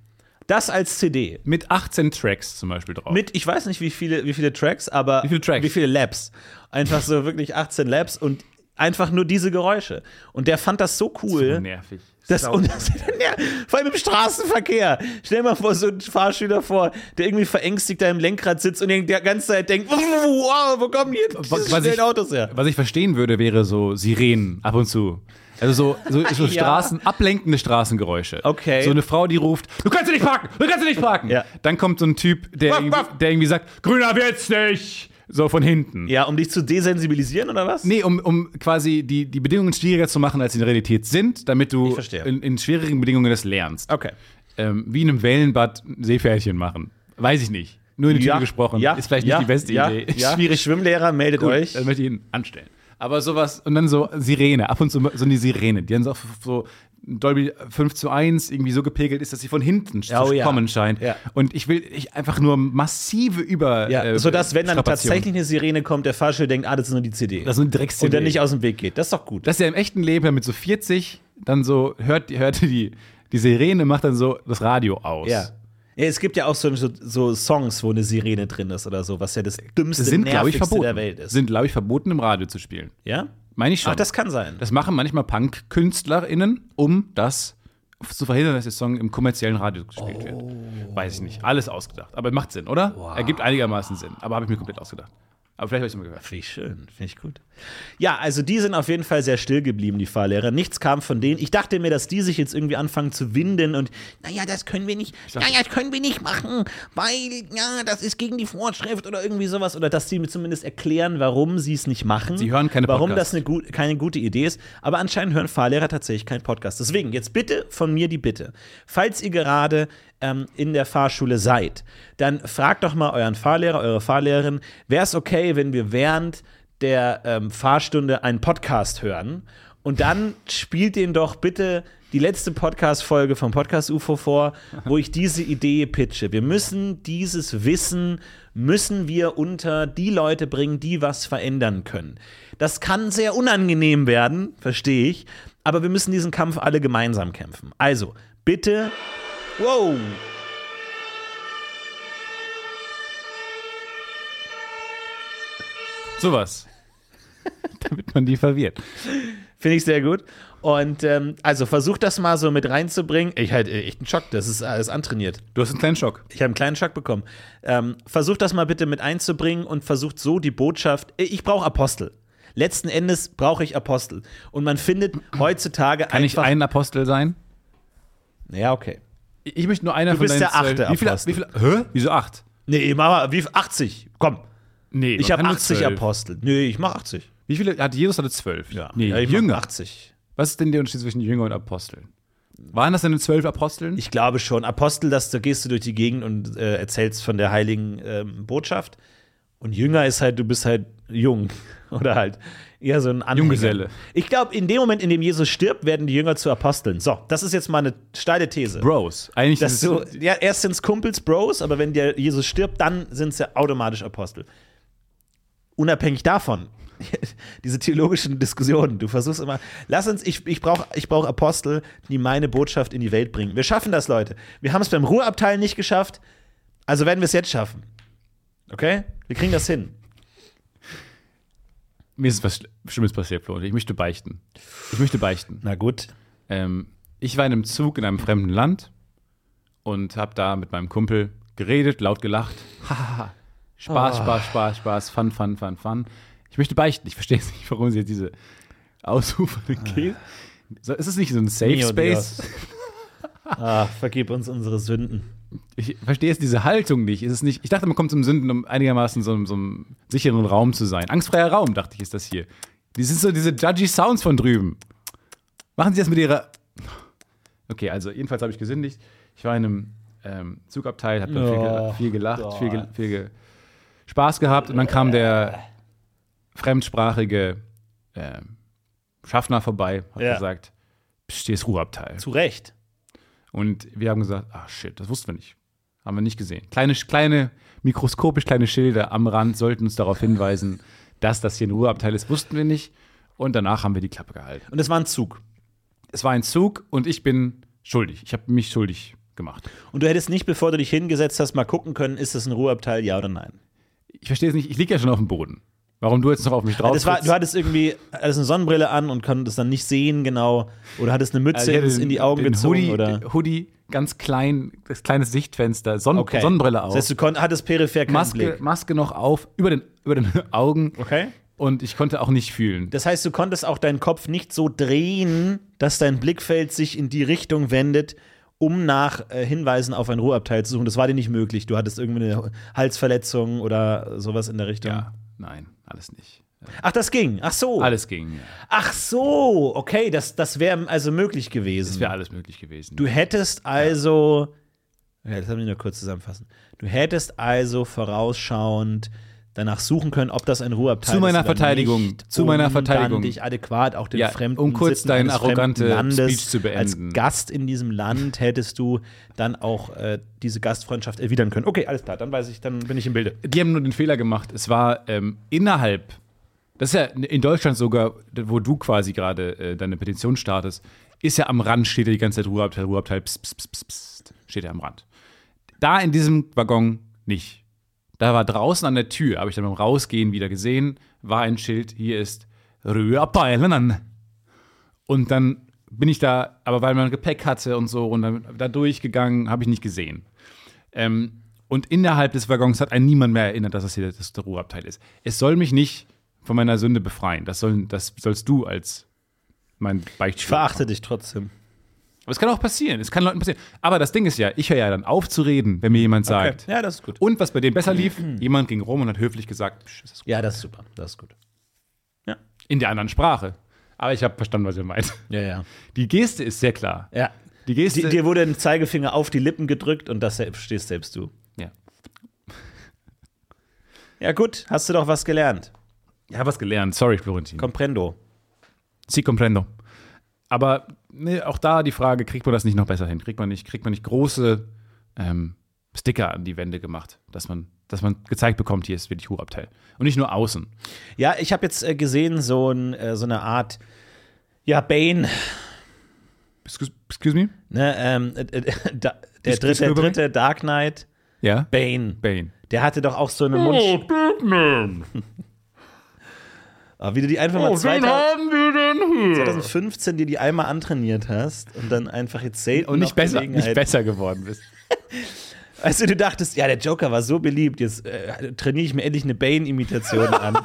S2: Das als CD.
S3: Mit 18 Tracks zum Beispiel drauf.
S2: Mit, ich weiß nicht, wie viele, wie viele Tracks, aber
S3: Wie viele Tracks?
S2: wie viele Laps. Einfach so wirklich 18 Laps und einfach nur diese Geräusche. Und der fand das so cool.
S3: nervig.
S2: Das
S3: Sau-
S2: und das, ja, vor allem im Straßenverkehr. Stell dir mal vor, so ein Fahrschüler vor, der irgendwie verängstigt da im Lenkrad sitzt und der ganze Zeit denkt, wow, wo kommen die
S3: was,
S2: diese
S3: was,
S2: schnellen
S3: ich,
S2: Autos her?
S3: was ich verstehen würde, wäre so Sirenen ab und zu. Also so, so, so
S2: Ja.
S3: Straßen, ablenkende Straßengeräusche.
S2: Okay.
S3: So eine Frau, die ruft, du kannst hier nicht parken, du kannst hier nicht parken.
S2: Ja.
S3: Dann kommt so ein Typ, der,
S2: Waff,
S3: irgendwie,
S2: waff.
S3: der irgendwie sagt, grüner wird's nicht. So von hinten.
S2: Ja, um dich zu desensibilisieren oder was?
S3: Nee, um, um quasi die, die Bedingungen schwieriger zu machen, als sie in der Realität sind, damit du
S2: verstehe.
S3: in, in schwierigen Bedingungen das lernst.
S2: Okay.
S3: Ähm, wie in einem Wellenbad Seepferdchen machen. Weiß ich nicht. Nur in die Tüte gesprochen.
S2: ja,
S3: Ist vielleicht nicht
S2: ja,
S3: die beste
S2: ja,
S3: Idee.
S2: Ja. Schwierig, Schwimmlehrer, meldet
S3: Gut, äh,
S2: euch.
S3: Dann möchte ich ihn anstellen. Aber sowas, und dann so Sirene, ab und zu so eine Sirene, die dann so, so Dolby 5 zu 1 irgendwie so gepegelt ist, dass sie von hinten
S2: Oh
S3: zu
S2: ja.
S3: kommen scheint.
S2: Ja.
S3: Und ich will ich einfach nur massive Über.
S2: Ja,
S3: äh,
S2: sodass, wenn dann
S3: Strapazierung.
S2: tatsächlich eine Sirene kommt, der Fahrschule denkt, ah, das ist nur die CD.
S3: Das ist eine Drecks-CD.
S2: Und dann nicht aus dem Weg geht. Das ist doch gut.
S3: Dass er im echten Leben dann mit so 40 dann so hört, hört die, die Sirene, macht dann so das Radio aus.
S2: ja. ja. Es gibt ja auch so, so, so Songs, wo eine Sirene drin ist oder so, was ja das dümmste,
S3: Sind, glaube ich,
S2: nervigste
S3: verboten.
S2: der Welt ist.
S3: Sind, glaube ich, verboten, im Radio zu spielen.
S2: ja?
S3: Meine ich schon.
S2: Ach, das kann sein.
S3: Das machen manchmal Punk-KünstlerInnen, um das zu verhindern, dass der Song im kommerziellen Radio gespielt wird. Weiß ich nicht. Alles ausgedacht. Aber macht Sinn, oder? Ergibt einigermaßen Sinn. Aber habe ich mir komplett ausgedacht. Aber vielleicht habe ich es mal gehört.
S2: Finde ich schön, finde ich gut. Ja, also die sind auf jeden Fall sehr still geblieben, die Fahrlehrer. Nichts kam von denen. Ich dachte mir, dass die sich jetzt irgendwie anfangen zu winden und, naja, das können wir nicht,
S3: dachte-
S2: naja, das können wir nicht machen, weil, ja, das ist gegen die Vorschrift oder irgendwie sowas. Oder dass die mir zumindest erklären, warum sie es nicht machen.
S3: Sie hören keine
S2: Warum
S3: Podcasts.
S2: das eine gut, keine gute Idee ist. Aber anscheinend hören Fahrlehrer tatsächlich keinen Podcast. Deswegen, jetzt bitte von mir die Bitte. Falls ihr gerade ähm, in der Fahrschule seid, dann fragt doch mal euren Fahrlehrer, eure Fahrlehrerin, wäre es okay, wenn wir während der ähm, Fahrstunde einen Podcast hören? Und dann spielt den doch bitte die letzte Podcast-Folge vom Podcast UFO vor, wo ich diese Idee pitche. Wir müssen dieses Wissen, müssen wir unter die Leute bringen, die was verändern können. Das kann sehr unangenehm werden, verstehe ich, aber wir müssen diesen Kampf alle gemeinsam kämpfen. Also, bitte. Wow!
S3: Sowas. Damit man die verwirrt.
S2: Finde ich sehr gut. Und ähm, also versucht das mal so mit reinzubringen. Ich hatte echt einen Schock, das ist alles antrainiert.
S3: Du hast einen kleinen Schock.
S2: Ich habe einen kleinen Schock bekommen. Ähm, versucht das mal bitte mit einzubringen und versucht so die Botschaft. Äh, Ich brauche Apostel. Letzten Endes brauche ich Apostel. Und man findet heutzutage
S3: Kann ich
S2: einfach.
S3: ein Apostel sein?
S2: ja, okay.
S3: Ich ich möchte nur einer du von
S2: bist
S3: deinen
S2: der
S3: zwölf-
S2: achte
S3: Wie viele?
S2: Apostel.
S3: Wie viele hä? Wieso acht?
S2: Nee, mach mal, wie 80. Komm.
S3: Nee,
S2: Ich habe 80 Apostel. Nee, ich mache 80.
S3: Wie viele? Hat Jesus hatte zwölf. Nee,
S2: ich mach
S3: Jünger.
S2: 80.
S3: Was ist denn der Unterschied zwischen Jünger und Apostel? Waren das denn zwölf Aposteln?
S2: Ich glaube schon. Apostel, das, da gehst du durch die Gegend und äh, erzählst von der heiligen ähm, Botschaft. Und Jünger ist halt, du bist halt jung. Oder halt eher so ein Anhänger.
S3: Junggeselle.
S2: Ich glaube, in dem Moment, in dem Jesus stirbt, werden die Jünger zu Aposteln. So, das ist jetzt mal eine steile These.
S3: Bros. Eigentlich
S2: Dass
S3: ist
S2: du,
S3: es-
S2: ja, erst sind es Kumpels, Bros, aber wenn der Jesus stirbt, dann sind es ja automatisch Apostel. Unabhängig davon, diese theologischen Diskussionen, du versuchst immer, lass uns, ich, ich brauche ich brauch Apostel, die meine Botschaft in die Welt bringen. Wir schaffen das, Leute. Wir haben es beim Ruheabteil nicht geschafft, also werden wir es jetzt schaffen. Okay? Wir kriegen das hin.
S3: Mir ist was Schl- Schlimmes passiert, Flo. und Ich möchte beichten. Ich möchte beichten.
S2: Na gut.
S3: Ähm, ich war in einem Zug in einem fremden Land und habe da mit meinem Kumpel geredet, laut gelacht. Hahaha. Spaß, Spaß, Spaß, Spaß, Fun, Fun, Fun, Fun. Ich möchte beichten. Ich verstehe nicht, warum sie jetzt diese Ausrufe geht. So, ist es nicht so ein Safe
S2: Mio
S3: Space?
S2: Dios. Ah, vergib uns unsere Sünden.
S3: Ich verstehe jetzt diese Haltung nicht. Ist es nicht. Ich dachte, man kommt zum Sünden, um einigermaßen so, einem- so einem sicheren Raum zu sein. Angstfreier Raum, dachte ich, ist das hier. Die sind so diese judgy Sounds von drüben. Machen Sie das mit Ihrer. Okay, also jedenfalls habe ich gesündigt. Ich war in einem ähm, Zugabteil, habe dann viel,
S2: Oh,
S3: gel- viel gelacht, viel, ge- viel ge Spaß gehabt und dann kam der fremdsprachige ähm, Schaffner vorbei, hat
S2: Ja.
S3: gesagt, "Psst, hier ist Ruheabteil.
S2: Zu Recht.
S3: Und wir haben gesagt, ah shit, das wussten wir nicht. Haben wir nicht gesehen. Kleine, kleine, mikroskopisch kleine Schilder am Rand sollten uns darauf hinweisen, dass das hier ein Ruheabteil ist, wussten wir nicht. Und danach haben wir die Klappe gehalten.
S2: Und es war ein Zug.
S3: Es war ein Zug und ich bin schuldig. Ich habe mich schuldig gemacht.
S2: Und du hättest nicht, bevor du dich hingesetzt hast, mal gucken können, ist das ein Ruheabteil, ja oder nein.
S3: Ich verstehe es nicht, ich liege ja schon auf dem Boden. Warum du jetzt noch auf mich drauf
S2: Das war,
S3: trittst?
S2: du hattest irgendwie hattest eine Sonnenbrille an und konntest dann nicht sehen genau. Oder hattest eine
S3: Also
S2: Mütze
S3: ich hatte
S2: ins- in die Augen
S3: den
S2: gezogen.
S3: Hoodie, äh,
S2: oder?
S3: den Hoodie, ganz klein, das kleines Sichtfenster, Sonn
S2: Okay.
S3: Sonnenbrille auf.
S2: Das heißt, du konnt, hattest peripher keinen
S3: Maske,
S2: Blick.
S3: Maske noch auf, über den, über den Augen.
S2: Okay.
S3: Und ich konnte auch nicht fühlen.
S2: Das heißt, du konntest auch deinen Kopf nicht so drehen, dass dein Blickfeld sich in die Richtung wendet, um nach äh, Hinweisen auf ein Ruheabteil zu suchen. Das war dir nicht möglich. Du hattest irgendwie eine Halsverletzung oder sowas in der Richtung.
S3: Ja, Oh. Also nein, alles nicht.
S2: Ach, das ging. Ach so.
S3: Alles ging. Ja.
S2: Ach so. Okay, das, das wäre also möglich gewesen.
S3: Es wäre alles möglich gewesen.
S2: Du hättest also, ja, das haben wir nur kurz zusammenfassen. Du hättest also vorausschauend danach suchen können, ob das ein Ruheabteil
S3: Zu meiner
S2: ist oder
S3: Verteidigung,
S2: nicht,
S3: zu meiner
S2: um
S3: Verteidigung.
S2: dann dich adäquat auch den
S3: Ja,
S2: fremden
S3: um kurz
S2: Sitten
S3: deinen
S2: eines fremden
S3: arrogante
S2: Landes,
S3: Speech zu beenden.
S2: Als Gast in diesem Land hättest du dann auch äh, diese Gastfreundschaft erwidern können. Okay, alles klar, dann weiß ich, dann bin ich im Bilde.
S3: Die haben nur den Fehler gemacht. Es war ähm, innerhalb, das ist ja in Deutschland sogar, wo du quasi gerade äh, deine Petition startest, ist ja am Rand steht ja die ganze Zeit Ruheabteil, Ruheabteil, pst, pst, pst, pst, pst, steht ja am Rand. Da in diesem Waggon nicht. Da war draußen an der Tür, habe ich dann beim Rausgehen wieder gesehen, war ein Schild, hier ist Ruheabteil. Und dann bin ich da, aber weil man Gepäck hatte und so, und dann da durchgegangen, habe ich nicht gesehen. Ähm, und innerhalb des Waggons hat einen niemand mehr erinnert, dass das hier das Ruheabteil ist. Es soll mich nicht von meiner Sünde befreien. Das, sollen, das sollst du als mein
S2: Ich
S3: Beichtschwur.
S2: verachte dich trotzdem.
S3: Aber es kann auch passieren. Es kann Leuten passieren. Aber das Ding ist ja, ich höre ja dann auf zu reden, wenn mir jemand sagt.
S2: Ja, das ist gut.
S3: Und was bei dem besser lief, jemand ging rum und hat höflich gesagt, "Psch, es ist gut."
S2: Ja, das ist super. Das ist gut. Ja.
S3: in der anderen Sprache. Aber ich habe verstanden, was ihr meint.
S2: Ja, ja.
S3: Die Geste ist sehr klar.
S2: Ja.
S3: Die Geste.
S2: Di- dir wurde ein Zeigefinger auf die Lippen gedrückt und das verstehst selbst du.
S3: ja.
S2: Ja, gut, hast du doch was gelernt.
S3: Ich habe was gelernt. Sorry, Florentin.
S2: Comprendo.
S3: Si comprendo. Aber nee, auch da die Frage, kriegt man das nicht noch besser hin? Kriegt man nicht, kriegt man nicht große ähm, Sticker an die Wände gemacht, dass man, dass man gezeigt bekommt, hier ist wirklich Ruheabteil. Und nicht nur außen.
S2: Ja, ich habe jetzt äh, gesehen, so, ein, äh, so eine Art, ja, Bane,
S3: Excuse, excuse me?
S2: ne, ähm, äh, äh, da,
S3: Ich-
S2: der,
S3: ich
S2: dritte, der
S3: rüber-
S2: dritte Dark Knight,
S3: Ja?
S2: Bane.
S3: Bane.
S2: Der hatte doch auch so eine Mund.
S4: Oh, Batman.
S2: Ah, wie du die einfach mal
S4: Oh, wen
S2: 2000,
S4: haben wir denn hier?
S2: 2015 dir die einmal antrainiert hast und dann einfach jetzt selten.
S3: Und
S2: noch
S3: nicht besser,
S2: Gelegenheit-
S3: nicht besser geworden bist.
S2: Also du dachtest, ja, der Joker war so beliebt, jetzt äh, trainiere ich mir endlich eine Bane-Imitation an.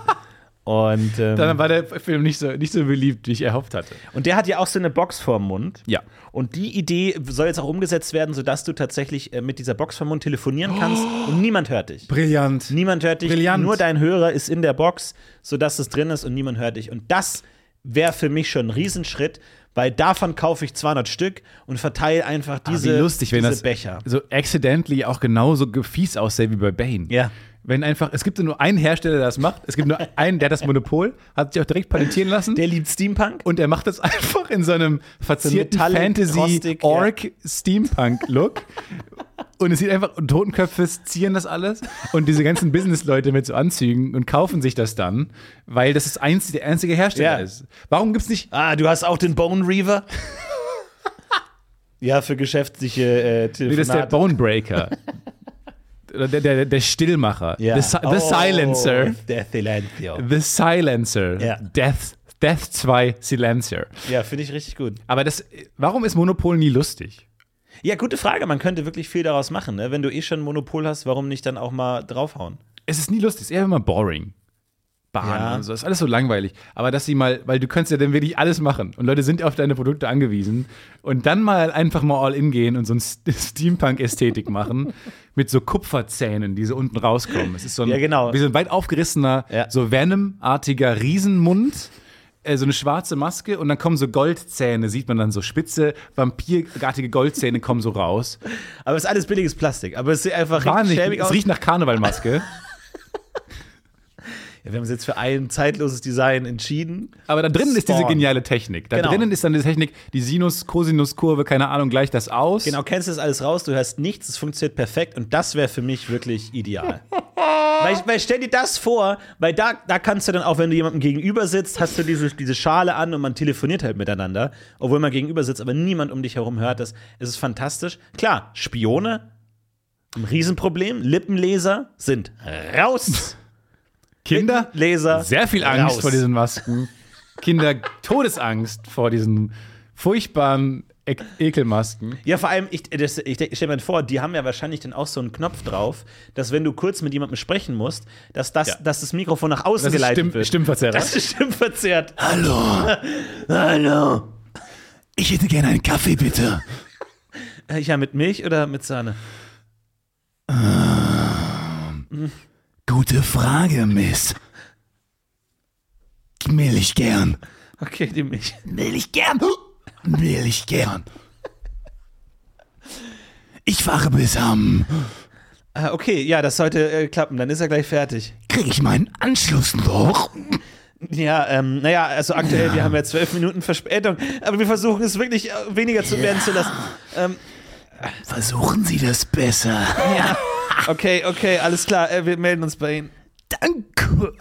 S2: Und, ähm,
S3: Dann war der Film nicht so, nicht so beliebt, wie ich erhofft hatte.
S2: und der hat ja auch so eine Box vorm Mund.
S3: Ja.
S2: Und die Idee soll jetzt auch umgesetzt werden, sodass du tatsächlich äh, mit dieser Box vom Mund telefonieren kannst und niemand hört dich.
S3: Brillant.
S2: Niemand hört dich.
S3: Oh! Brillant.
S2: Nur dein Hörer ist in der Box, sodass es drin ist und niemand hört dich. Und das wäre für mich schon ein Riesenschritt, weil davon kaufe ich 200 Stück und verteile einfach diese,
S3: ah, wie lustig, wenn
S2: diese
S3: das Also
S2: Becher.
S3: so accidentally auch genauso ge- fies aussieht wie bei Bane.
S2: Ja.
S3: Wenn einfach, es gibt nur einen Hersteller, der das macht. Es gibt nur einen, der hat das Monopol, hat sich auch direkt patentieren lassen.
S2: Der liebt Steampunk.
S3: und er macht das einfach in so einem verzierten
S2: So metallic,
S3: Fantasy
S2: rostig, ja.
S3: Orc Steampunk Look. und es sieht einfach und Totenköpfe zieren das alles und diese ganzen Business Leute mit so Anzügen und kaufen sich das dann, weil das ist einzig, der einzige Hersteller
S2: Ja.
S3: ist. Warum gibt's nicht
S2: Ah, du hast auch den Bone Reaver? ja, für geschäftliche äh,
S3: Nee, das ist der
S2: Telefonate.
S3: Bonebreaker. Oder der, der, der Stillmacher.
S2: ja. Oh.
S3: The, Si- the Silencer.
S2: Der Silencio.
S3: The Silencer.
S2: Ja.
S3: Death, Death 2 Silencer.
S2: Ja, finde ich richtig gut.
S3: Aber das, warum ist Monopol nie lustig?
S2: Ja, gute Frage. Man könnte wirklich viel daraus machen. Ne? Wenn du eh schon ein Monopol hast, warum nicht dann auch mal draufhauen?
S3: Es ist nie lustig, es ist eher immer boring. Bahn
S2: Ja.
S3: und so, ist alles so langweilig. Aber dass sie mal, weil du kannst ja dann wirklich alles machen und Leute sind auf deine Produkte angewiesen und dann mal einfach mal all in gehen und so ein Steampunk-Ästhetik machen mit so Kupferzähnen, die so unten rauskommen. Es ist so ein,
S2: Ja, genau.
S3: wie so ein weit aufgerissener,
S2: Ja.
S3: so Venom-artiger Riesenmund. äh, So eine schwarze Maske und dann kommen so Goldzähne, sieht man dann so spitze, vampirartige Goldzähne kommen so raus.
S2: Aber es ist alles billiges Plastik. Aber es sieht einfach richtig
S3: Wahnsinnig,
S2: schäbig
S3: es
S2: aus.
S3: riecht nach Karnevalmaske.
S2: Ja, wir haben uns jetzt für ein zeitloses Design entschieden.
S3: Aber da drinnen ist diese
S2: Spawn.
S3: geniale Technik. Da
S2: Genau.
S3: drinnen ist dann die Technik, die Sinus, Cosinus, Kurve, keine Ahnung, gleich das aus.
S2: Genau, kennst du das alles raus, du hörst nichts, es funktioniert perfekt und das wäre für mich wirklich ideal. weil, ich- weil stell dir das vor, weil da, da kannst du dann auch, wenn du jemandem gegenüber sitzt, hast du diese, diese Schale an und man telefoniert halt miteinander, obwohl man gegenüber sitzt, aber niemand um dich herum hört das. Es ist fantastisch. Klar, Spione, ein Riesenproblem, Lippenleser sind raus.
S3: Kinder,
S2: Leser.
S3: sehr viel Angst
S2: raus.
S3: vor diesen Masken. Kinder, Todesangst vor diesen furchtbaren e Ekelmasken.
S2: Ja, vor allem, ich, das, ich, ich stell mir vor, die haben ja wahrscheinlich dann auch so einen Knopf drauf, dass wenn du kurz mit jemandem sprechen musst, dass das,
S3: Ja.
S2: dass das Mikrofon nach außen
S3: Das ist
S2: geleitet
S3: Stimm
S2: wird.
S3: Stimmverzerrer.
S2: Das ist stimmverzerrt.
S5: Hallo. Hallo. Ich hätte gerne einen Kaffee, bitte.
S2: Äh, Ja, mit Milch oder mit Sahne?
S3: Gute Frage, Miss. Milch gern.
S2: Okay, die Milch.
S3: Milch gern. Milch gern. Ich fahre bis am.
S2: Ah, okay, ja, das sollte äh, klappen. Dann ist er gleich fertig.
S3: Kriege ich meinen Anschluss noch?
S2: Ja, ähm, naja, also aktuell, wir haben ja zwölf Minuten Verspätung, aber wir versuchen es wirklich äh, weniger zu werden zu lassen. Ähm,
S3: Versuchen Sie das besser.
S2: ja. Okay, okay, alles klar, äh, wir melden uns bei Ihnen.
S3: Danke.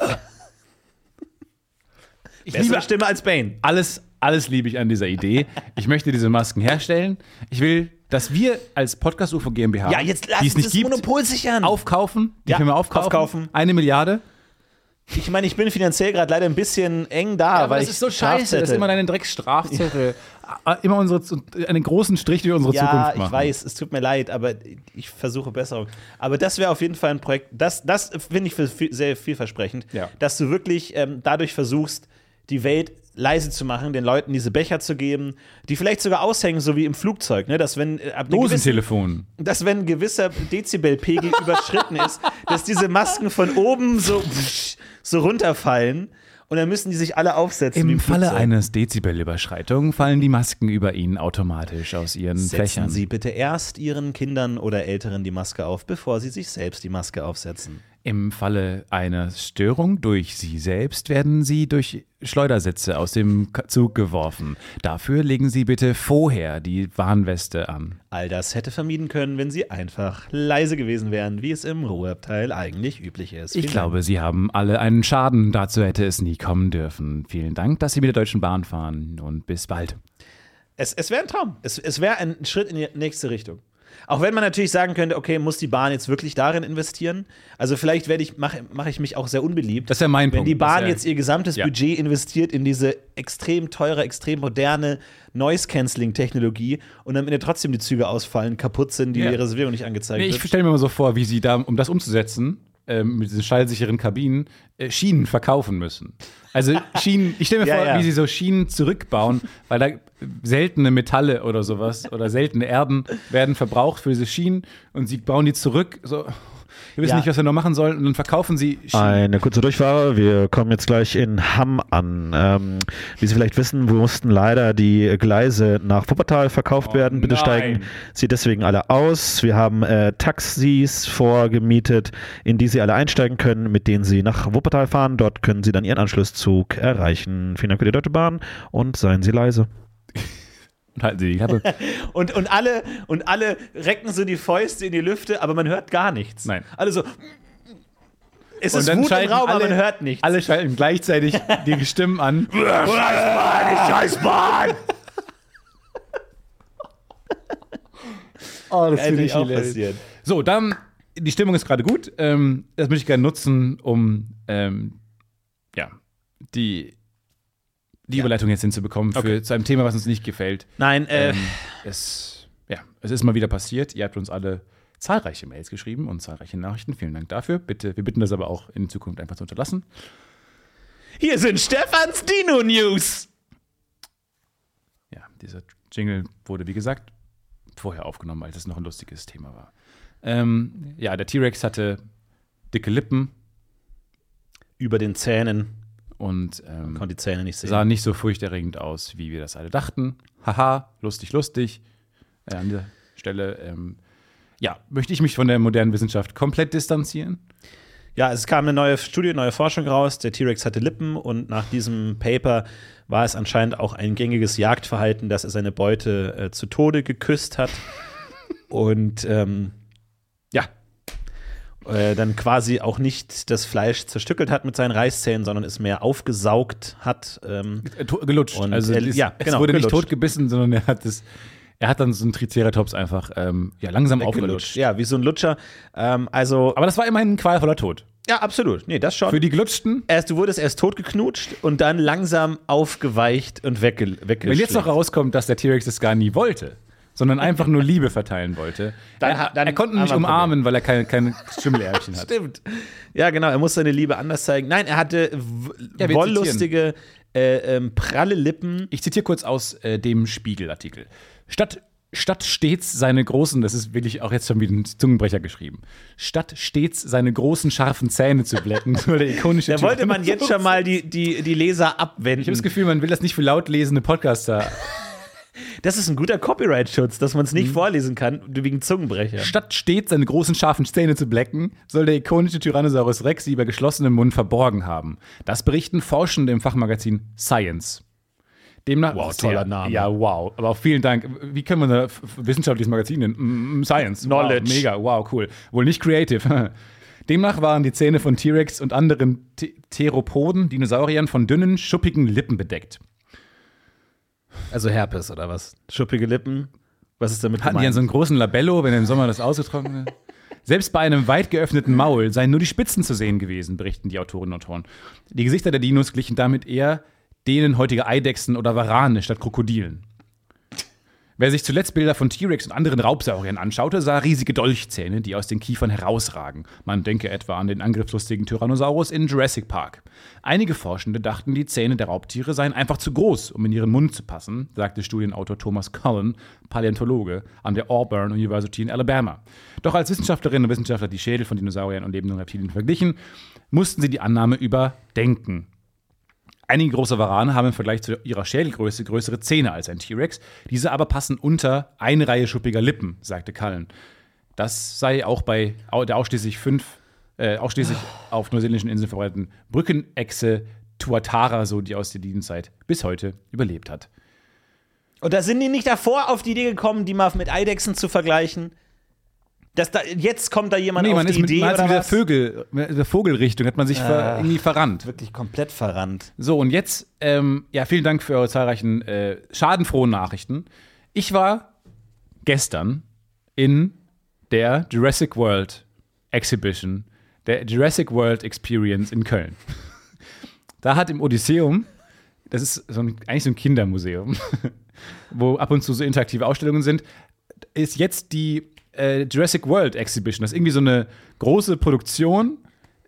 S3: Ich
S2: Bessere
S3: liebe
S2: Stimme als Bane.
S3: alles, alles liebe ich an dieser Idee. Ich möchte diese Masken herstellen. Ich will, dass wir als Podcast UFO GmbH,
S2: Ja, jetzt lass
S3: die es nicht
S2: das
S3: gibt,
S2: Monopol sichern.
S3: aufkaufen, die
S2: Ja,
S3: Firma aufkaufen,
S2: aufkaufen.
S3: eine Milliarde.
S2: Ich meine, ich bin finanziell gerade leider ein bisschen eng da, weil ich
S3: dass
S2: Strafzettel-
S3: immer deine Drecksstrafzettel, immer unsere, einen großen Strich durch unsere
S2: ja,
S3: Zukunft
S2: ich
S3: machen.
S2: weiß, es tut mir leid, aber ich versuche Besserung. Aber das wäre auf jeden Fall ein Projekt, das, das finde ich für, viel- sehr vielversprechend,
S3: Ja.
S2: dass du wirklich ähm, dadurch versuchst, die Welt leise zu machen, den Leuten diese Becher zu geben, die vielleicht sogar aushängen, so wie im Flugzeug, ne? dass wenn äh, ab einem gewissen,
S3: Dosentelefon.
S2: dass wenn ein gewisser Dezibelpegel überschritten ist, dass diese Masken von oben so, so runterfallen und dann müssen die sich alle aufsetzen. wie
S3: Im Falle
S2: Flugzeug.
S3: eines Dezibelüberschreitung fallen die Masken über ihnen automatisch aus ihren
S2: Setzen
S3: Fächern.
S2: Sie bitte erst Ihren Kindern oder Älteren die Maske auf, bevor Sie sich selbst die Maske aufsetzen.
S3: Im Falle einer Störung durch sie selbst werden sie durch Schleudersätze aus dem K- Zug geworfen. Dafür legen sie bitte vorher die Warnweste an.
S2: All das hätte vermieden können, wenn Sie einfach leise gewesen wären, wie es im Ruheabteil eigentlich üblich ist.
S3: Ich
S2: Vielen
S3: glaube, sie haben alle einen Schaden. Dazu hätte es nie kommen dürfen. Vielen Dank, dass Sie mit der Deutschen Bahn fahren und bis bald.
S2: Dank. Es, es wäre ein Traum. Es, es wäre ein Schritt in die nächste Richtung. Auch wenn man natürlich sagen könnte, okay, muss die Bahn jetzt wirklich darin investieren? Also vielleicht werde ich mache mach ich mich auch sehr unbeliebt.
S3: Das ist ja mein
S2: wenn
S3: Punkt.
S2: die
S3: Das
S2: Bahn
S3: ist ja-
S2: jetzt ihr gesamtes
S3: Ja.
S2: Budget investiert in diese extrem teure, extrem moderne Noise-Canceling-Technologie und am Ende trotzdem die Züge ausfallen, kaputt sind, die
S3: Ja.
S2: Reservierung nicht angezeigt
S3: Nee,
S2: wird.
S3: ich stelle mir mal so vor, wie sie da, um das umzusetzen, ähm, mit diesen schallsicheren Kabinen, äh, Schienen verkaufen müssen. Also Schienen, ich stelle mir
S2: Ja,
S3: vor,
S2: ja.
S3: wie sie so Schienen zurückbauen, weil da seltene Metalle oder sowas oder seltene Erden werden verbraucht für diese Schienen und sie bauen die zurück. So, wir wissen
S2: Ja.
S3: nicht, was wir noch machen sollen und dann verkaufen sie Schienen.
S5: Eine kurze Durchfahrt. Wir kommen jetzt gleich in Hamm an. Ähm, wie Sie vielleicht wissen, mussten leider die Gleise nach Wuppertal verkauft
S2: Oh
S5: werden. Bitte
S3: nein.
S5: steigen Sie deswegen alle aus. Wir haben äh, Taxis vorgemietet, in die Sie alle einsteigen können, mit denen Sie nach Wuppertal fahren. Dort können Sie dann Ihren Anschlusszug erreichen. Vielen Dank für die Deutsche Bahn und seien Sie leise.
S3: Und halten sie die Klappe.
S2: Und, und, alle, und alle recken so die Fäuste in die Lüfte, aber man hört gar nichts.
S3: Nein.
S2: Alle so. Es
S3: und
S2: ist Wut im
S3: schalten
S2: Raum, aber man hört nichts.
S3: Alle schalten gleichzeitig die Stimmen an.
S2: Scheißbahn!
S3: Oh, das
S2: Hätte
S3: finde
S2: ich
S3: ich
S2: auch
S3: hilarious.
S2: passiert.
S3: So, dann, die Stimmung ist gerade gut. Ähm, das möchte ich gerne nutzen, um ähm, ja, die, die Überleitung jetzt hinzubekommen für, zu einem Thema, was uns nicht gefällt.
S2: Nein, äh,
S3: Ähm, Es, ja, es ist mal wieder passiert. Ihr habt uns alle zahlreiche Mails geschrieben und zahlreiche Nachrichten. Vielen Dank dafür. Bitte, wir bitten das aber auch in Zukunft einfach zu unterlassen.
S2: hier sind Stefans Dino News.
S3: Ja, dieser Jingle wurde, wie gesagt, vorher aufgenommen, als es noch ein lustiges Thema war. Ähm, ja, der T-Rex hatte dicke Lippen
S2: Über den Zähnen.
S3: und ähm,
S2: Konnte die Zähne nicht sehen.
S3: sah nicht so furchterregend aus, wie wir das alle dachten. Haha, lustig, lustig. Äh, an der Stelle, ähm, ja, möchte ich mich von der modernen Wissenschaft komplett distanzieren.
S2: Ja, es kam eine neue Studie, neue Forschung raus. Der T-Rex hatte Lippen und nach diesem Paper war es anscheinend auch ein gängiges Jagdverhalten, dass er seine Beute äh, zu Tode geküsst hat und ähm, ja, äh, dann quasi auch nicht das Fleisch zerstückelt hat mit seinen Reißzähnen, sondern es mehr aufgesaugt hat. Ähm,
S3: Äh, to- gelutscht.
S2: Und,
S3: also
S2: äh,
S3: es,
S2: ja, genau,
S3: es wurde nicht
S2: gelutscht.
S3: totgebissen, sondern er hat es, er hat dann so einen Triceratops einfach ähm, ja, langsam aufgelutscht.
S2: Ja, wie so ein Lutscher. Ähm, also,
S3: Aber das war immerhin ein qualvoller Tod.
S2: ja, absolut. Nee, das schon.
S3: Für die Gelutschten
S2: Erst, du wurdest erst totgeknutscht und dann langsam aufgeweicht und wegge weggeschleppt.
S3: Wenn jetzt noch rauskommt, dass der T-Rex das gar nie wollte, sondern einfach nur Liebe verteilen wollte,
S2: Dann-
S3: er,
S2: dann
S3: er konnte ihn nicht
S2: haben wir ein
S3: umarmen, weil er keine, keine Schimmelärmchen hat.
S2: Stimmt. Ja, genau, er muss seine Liebe anders zeigen. Nein, er hatte w-
S3: Ja, wir
S2: wolllustige, äh, ähm, pralle Lippen.
S3: Ich zitiere kurz aus äh, dem Spiegelartikel. Statt statt stets seine großen, das ist wirklich auch jetzt schon wieder ein Zungenbrecher geschrieben, statt stets seine großen scharfen Zähne zu glätten, so der ikonische
S2: Da
S3: Typ.
S2: wollte man jetzt schon mal die, die, die Leser abwenden.
S3: Ich habe das Gefühl, man will das nicht für laut lesende Podcaster.
S2: das ist ein guter Copyright-Schutz, dass man es
S3: Mhm.
S2: nicht vorlesen kann, wegen Zungenbrecher.
S3: Statt stets seine großen scharfen Zähne zu blecken, soll der ikonische Tyrannosaurus Rex sie über geschlossenem Mund verborgen haben. Das berichten Forschende im Fachmagazin Science. Demnach,
S2: Wow, toller Name.
S3: Ja, wow. Aber auch vielen Dank. Wie können wir ein f- f- wissenschaftliches Magazin nennen? Mm, mm, Science.
S2: Knowledge.
S3: Wow, mega, wow, cool. Wohl nicht creative. Demnach waren die Zähne von T-Rex und anderen T- Theropoden, Dinosauriern, von dünnen, schuppigen Lippen bedeckt.
S2: Also Herpes oder was? Schuppige Lippen? Was ist damit
S3: Hatten die an
S2: gemeint?
S3: so einem großen Labello, wenn im Sommer das ausgetrocknet ist? Selbst bei einem weit geöffneten Maul seien nur die Spitzen zu sehen gewesen, berichten die Autoren und Autoren. Die Gesichter der Dinos glichen damit eher denen heutiger Eidechsen oder Warane statt Krokodilen. Wer sich zuletzt Bilder von T-Rex und anderen Raubsauriern anschaute, sah riesige Dolchzähne, die aus den Kiefern herausragen. Man denke etwa an den angriffslustigen Tyrannosaurus in Jurassic Park. Einige Forschende dachten, die Zähne der Raubtiere seien einfach zu groß, um in ihren Mund zu passen, sagte Studienautor Thomas Cullen, Paläontologe an der Auburn University in Alabama. Doch als Wissenschaftlerinnen und Wissenschaftler die Schädel von Dinosauriern und lebenden Reptilien verglichen, mussten sie die Annahme überdenken. Einige große Warane haben im Vergleich zu ihrer Schädelgröße größere Zähne als ein T-Rex. Diese aber passen unter eine Reihe schuppiger Lippen, sagte Cullen. Das sei auch bei au- der ausschließlich fünf, äh, ausschließlich
S2: Oh.
S3: auf neuseeländischen Inseln verbreiteten Brückenechse Tuatara so, die aus der Dienstzeit bis heute überlebt hat.
S2: Und da sind die nicht davor auf die Idee gekommen, die mal mit Eidechsen zu vergleichen? Dass da, jetzt kommt da jemand
S3: Nee,
S2: auf
S3: man
S2: die
S3: ist mit,
S2: Idee
S3: man hat
S2: oder
S3: mit der,
S2: was? Äh.
S3: Vögel, mit der Vogelrichtung hat man sich ver, irgendwie verrannt.
S2: Wirklich komplett verrannt.
S3: So, und jetzt, ähm, ja, vielen Dank für eure zahlreichen äh, schadenfrohen Nachrichten. Ich war gestern in der Jurassic World Exhibition, der Jurassic World Experience in Köln. Da hat im Odysseum, das ist so ein, eigentlich so ein Kindermuseum, wo ab und zu so interaktive Ausstellungen sind, ist jetzt die äh, Jurassic World Exhibition. Das ist irgendwie so eine große Produktion,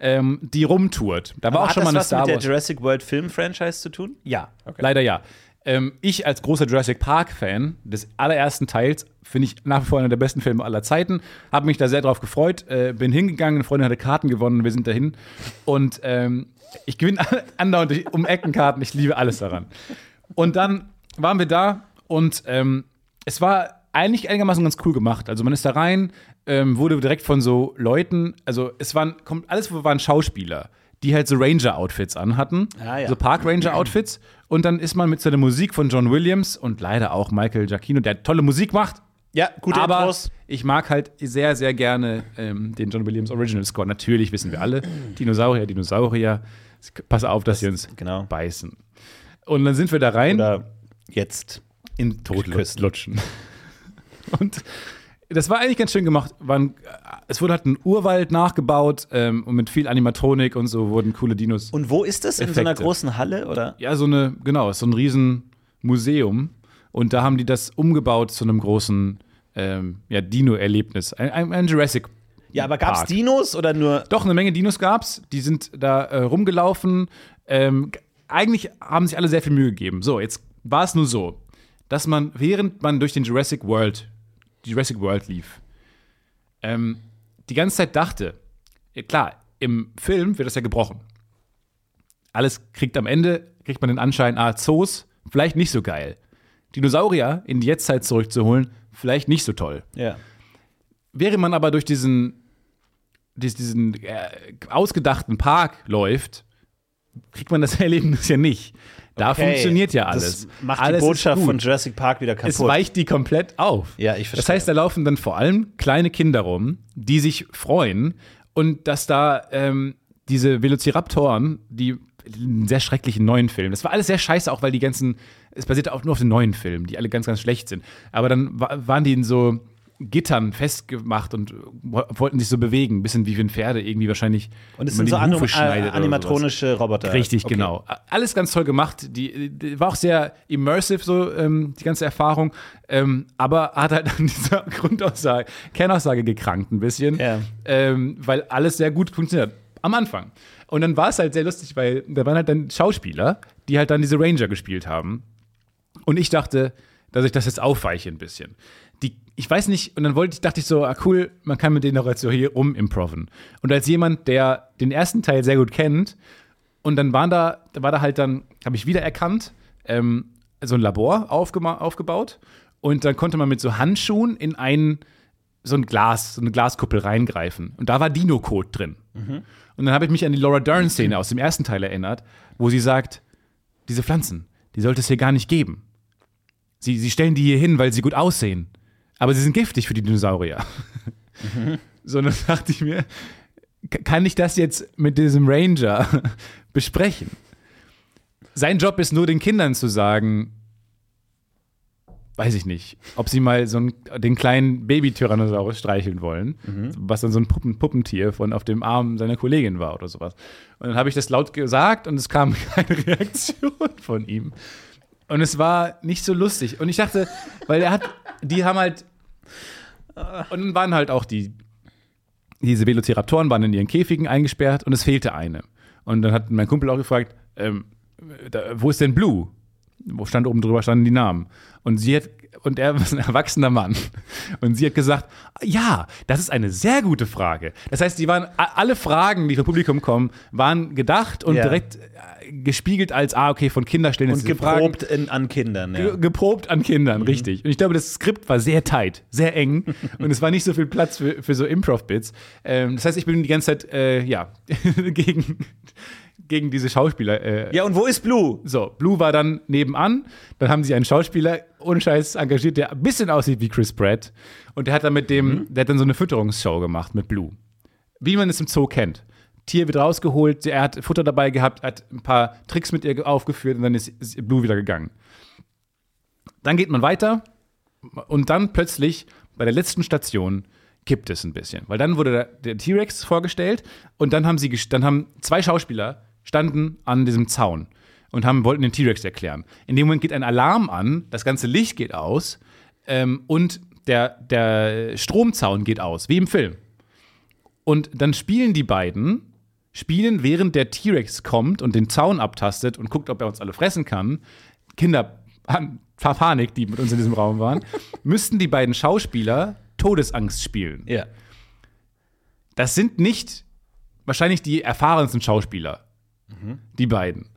S3: ähm, die rumtourt. Da war auch
S2: hat
S3: schon
S2: das
S3: mal eine
S2: was
S3: Star
S2: mit der
S3: Wars.
S2: Jurassic World Film-Franchise zu tun?
S3: Ja, leider ja. Ähm, ich als großer Jurassic Park-Fan des allerersten Teils finde ich nach wie vor einer der besten Filme aller Zeiten. Habe mich da sehr drauf gefreut. Äh, bin hingegangen, eine Freundin hatte Karten gewonnen, wir sind dahin. Und ähm, ich gewinne andauernd durch- um Eckenkarten. Ich liebe alles daran. Und dann waren wir da und ähm, es war eigentlich einigermaßen ganz cool gemacht. Also man ist da rein, ähm, wurde direkt von so Leuten, also es waren, kommt, alles waren Schauspieler, die halt so Ranger-Outfits anhatten,
S2: Ah, ja.
S3: so Park Ranger-Outfits. Und dann ist man mit so der Musik von John Williams und leider auch Michael Giacchino, der tolle Musik macht.
S2: Ja, gute
S3: aber
S2: Infos.
S3: ich mag halt sehr, sehr gerne ähm, den John Williams Original Score. Natürlich wissen wir alle, Dinosaurier, Dinosaurier. Pass auf, dass sie uns
S2: genau.
S3: beißen. Und dann sind wir da rein
S2: Oder jetzt.
S3: in Tod
S2: Küssen.
S3: lutschen. Und das war eigentlich ganz schön gemacht. War ein, es wurde halt ein Urwald nachgebaut ähm, und mit viel Animatronik und so wurden coole Dinos.
S2: Und wo ist das? In so einer
S3: Effekte.
S2: großen Halle? Oder?
S3: ja, so eine, genau, so ein riesen Museum. Und da haben die das umgebaut zu einem großen ähm, ja, Dino-Erlebnis. Ein, ein, ein Jurassic.
S2: Ja, aber gab es
S3: Park.
S2: Dinos oder nur.
S3: Doch, eine Menge Dinos gab's. Die sind da äh, rumgelaufen. Ähm, g- eigentlich haben sich alle sehr viel Mühe gegeben. So, jetzt war es nur so, dass man, während man durch den Jurassic World, Jurassic World lief, ähm, die ganze Zeit dachte, äh, klar, im Film wird das ja gebrochen. Alles kriegt am Ende, kriegt man den Anschein, ah, Zoos, vielleicht nicht so geil. Dinosaurier in die Jetztzeit zurückzuholen, vielleicht nicht so toll.
S2: Ja.
S3: Wäre man aber durch diesen, dies- diesen äh, ausgedachten Park läuft, kriegt man das Erlebnis ja nicht. Da
S2: Okay,
S3: funktioniert ja alles.
S2: Das macht
S3: alles
S2: die
S3: ist
S2: Botschaft
S3: gut.
S2: von Jurassic Park wieder
S3: Es
S2: kaputt.
S3: weicht die komplett auf.
S2: Ja, ich
S3: Das
S2: verstehe.
S3: heißt, da laufen dann vor allem kleine Kinder rum, die sich freuen und dass da ähm, diese Velociraptoren, die einen sehr schrecklichen neuen Film. Das war alles sehr scheiße, auch weil die ganzen, es basierte auch nur auf den neuen Filmen, die alle ganz, ganz schlecht sind. Aber dann wa- waren die in so Gittern festgemacht und wo- wollten sich so bewegen, ein bisschen wie wenn Pferde irgendwie wahrscheinlich.
S2: Und es
S3: wenn
S2: sind so
S3: man die
S2: anim
S3: Hufe schneidet
S2: äh,
S3: oder sowas.
S2: animatronische Roboter.
S3: Richtig,
S2: Okay.
S3: genau. A- Alles ganz toll gemacht. Die, die war auch sehr immersive, so ähm, die ganze Erfahrung. Ähm, aber hat halt an dieser Grundaussage, Kernaussage gekrankt ein bisschen.
S2: Ja.
S3: Ähm, weil alles sehr gut funktioniert. Am Anfang. Und dann war es halt sehr lustig, weil da waren halt dann Schauspieler, die halt dann diese Ranger gespielt haben. Und ich dachte, dass ich das jetzt aufweiche ein bisschen. die, ich weiß nicht, und dann wollte ich, dachte ich so, ah cool, man kann mit denen doch jetzt so hier rumimproven. Und als jemand, der den ersten Teil sehr gut kennt, und dann waren da, da war da halt dann, habe ich wiedererkannt, ähm, so ein Labor aufgema- aufgebaut. Und dann konnte man mit so Handschuhen in ein, so ein Glas, so eine Glaskuppel reingreifen. Und da war Dino-Code drin. Und dann habe ich mich an die Laura Dern-Szene aus dem ersten Teil erinnert, wo sie sagt, diese Pflanzen, die sollte es hier gar nicht geben. Sie, sie stellen die hier hin, weil sie gut aussehen. Aber sie sind giftig für die Dinosaurier. So, dann dachte ich mir, k- kann ich das jetzt mit diesem Ranger besprechen? Sein Job ist nur den Kindern zu sagen, weiß ich nicht, ob sie mal so einen, den kleinen Baby-Tyrannosaurus streicheln wollen, was dann so ein Puppen Puppentier von auf dem Arm seiner Kollegin war oder sowas. Und dann habe ich das laut gesagt und es kam keine Reaktion von ihm. Und es war nicht so lustig. Und ich dachte, weil er hat, die haben halt, und dann waren halt auch die, diese Velociraptoren waren in ihren Käfigen eingesperrt und es fehlte eine. Und dann hat mein Kumpel auch gefragt, ähm, da, wo ist denn Blue? Wo stand oben drüber, standen die Namen. Und sie hat, und er ist ein erwachsener Mann. Und sie hat gesagt, ja, das ist eine sehr gute Frage. Das heißt, die waren, a- alle Fragen, die vom Publikum kommen, waren gedacht und
S2: Ja.
S3: direkt äh, gespiegelt als, ah, okay, von Kindern stellen jetzt
S2: Und
S3: diese Fragen
S2: geprobt in, an Kindern. Ja.
S3: ge- geprobt an Kindern, richtig. Und ich glaube, das Skript war sehr tight, sehr eng und es war nicht so viel Platz für, für so Improv-Bits. Ähm, das heißt, ich bin die ganze Zeit, äh, ja, gegen, gegen diese Schauspieler. Äh,
S2: ja, und wo ist Blue?
S3: So, Blue war dann nebenan, dann haben sie einen Schauspieler, ohne Scheiß, engagiert, der ein bisschen aussieht wie Chris Pratt und der hat dann mit dem, der hat dann so eine Fütterungsshow gemacht mit Blue. Wie man es im Zoo kennt. Tier wird rausgeholt, er hat Futter dabei gehabt, hat ein paar Tricks mit ihr ge- aufgeführt und dann ist ist Blue wieder gegangen. Dann geht man weiter und dann plötzlich bei der letzten Station kippt es ein bisschen, weil dann wurde der, der T-Rex vorgestellt und dann haben sie gest- dann haben zwei Schauspieler standen an diesem Zaun und haben wollten den T-Rex erklären. In dem Moment geht ein Alarm an, das ganze Licht geht aus ähm, und der, der Stromzaun geht aus, wie im Film. Und dann spielen die beiden spielen, während der T-Rex kommt und den Zaun abtastet und guckt, ob er uns alle fressen kann, Kinder an Panik, die mit uns in diesem Raum waren, müssten die beiden Schauspieler Todesangst spielen.
S2: Ja.
S3: Das sind nicht wahrscheinlich die erfahrensten Schauspieler, die beiden.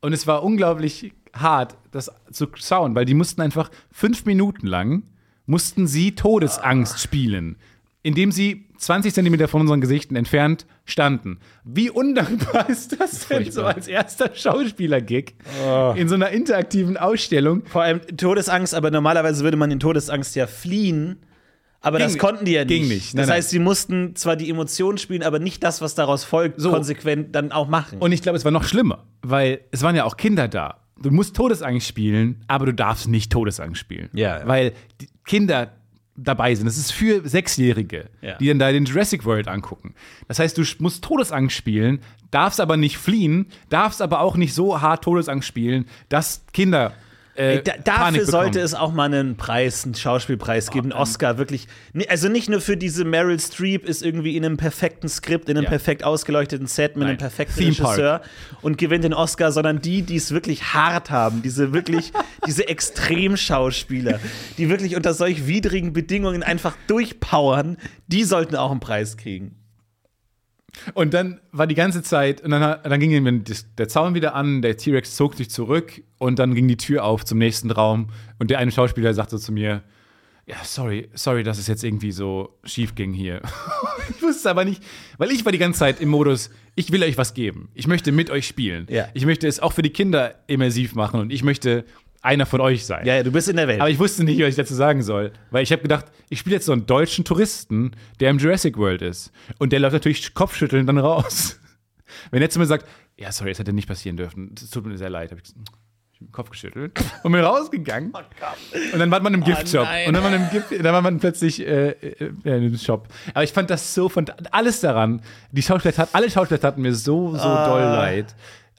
S3: Und es war unglaublich hart, das zu schauen, weil die mussten einfach fünf Minuten lang, mussten sie Todesangst spielen, indem sie 20 Zentimeter von unseren Gesichten entfernt standen. Wie undankbar ist das denn so als erster Schauspieler-Gig in so einer interaktiven Ausstellung?
S2: Vor allem Todesangst, aber normalerweise würde man in Todesangst ja fliehen. Aber das
S3: nicht.
S2: konnten die ja nicht.
S3: Ging nicht. Nein,
S2: das
S3: nein.
S2: heißt, sie mussten zwar die Emotionen spielen, aber nicht das, was daraus folgt,
S3: So.
S2: konsequent dann auch machen.
S3: Und ich glaube, es war noch schlimmer, weil es waren ja auch Kinder da. Du musst Todesangst spielen, aber du darfst nicht Todesangst spielen.
S2: Ja, ja.
S3: Weil die Kinder dabei sind. Das ist für Sechsjährige,
S2: Ja.
S3: die dann da den Jurassic World angucken. Das heißt, du sch- musst Todesangst spielen, darfst aber nicht fliehen, darfst aber auch nicht so hart Todesangst spielen, dass Kinder. Äh,
S2: Ey, da, dafür
S3: Panik bekommen. Oh, ähm.
S2: sollte es auch mal einen Preis, einen Schauspielpreis geben, einen Oscar, wirklich. Nee, Also nicht nur für diese Meryl Streep ist irgendwie in einem perfekten Skript, in einem
S3: Ja.
S2: perfekt ausgeleuchteten Set mit einem
S3: Nein.
S2: perfekten
S3: Theme Park.
S2: Regisseur und gewinnt den Oscar, sondern die, die es wirklich hart haben, diese wirklich, diese Extremschauspieler, die wirklich unter solch widrigen Bedingungen einfach durchpowern, die sollten auch einen Preis kriegen.
S3: Und dann war die ganze Zeit, und dann, dann ging irgendwann das- der Zaun wieder an, der T-Rex zog sich zurück und dann ging die Tür auf zum nächsten Raum und der eine Schauspieler sagte zu mir, ja, sorry, sorry, dass es jetzt irgendwie so schief ging hier. ich wusste es aber nicht, weil ich war die ganze Zeit im Modus, ich will euch was geben. Ich möchte mit euch spielen.
S2: Ja.
S3: Ich möchte es auch für die Kinder immersiv machen und ich möchte einer von euch sein.
S2: Ja, ja, du bist in der Welt.
S3: Aber ich wusste nicht, was ich dazu sagen soll, weil ich habe gedacht, ich spiele jetzt so einen deutschen Touristen, der im Jurassic World ist. Und der läuft natürlich kopfschüttelnd dann raus. Wenn er zu mir sagt, ja, sorry, das hätte nicht passieren dürfen, es tut mir sehr leid, habe ich gesagt, hm, ich hab den Kopf geschüttelt und bin rausgegangen. Und dann war man im Giftshop.
S2: nein.
S3: und dann war man, im Gift, dann war man plötzlich äh, äh, äh, im Shop. Aber ich fand das so von alles daran. Die Schauspieler tat, alle Schauspieler taten mir so, so doll leid.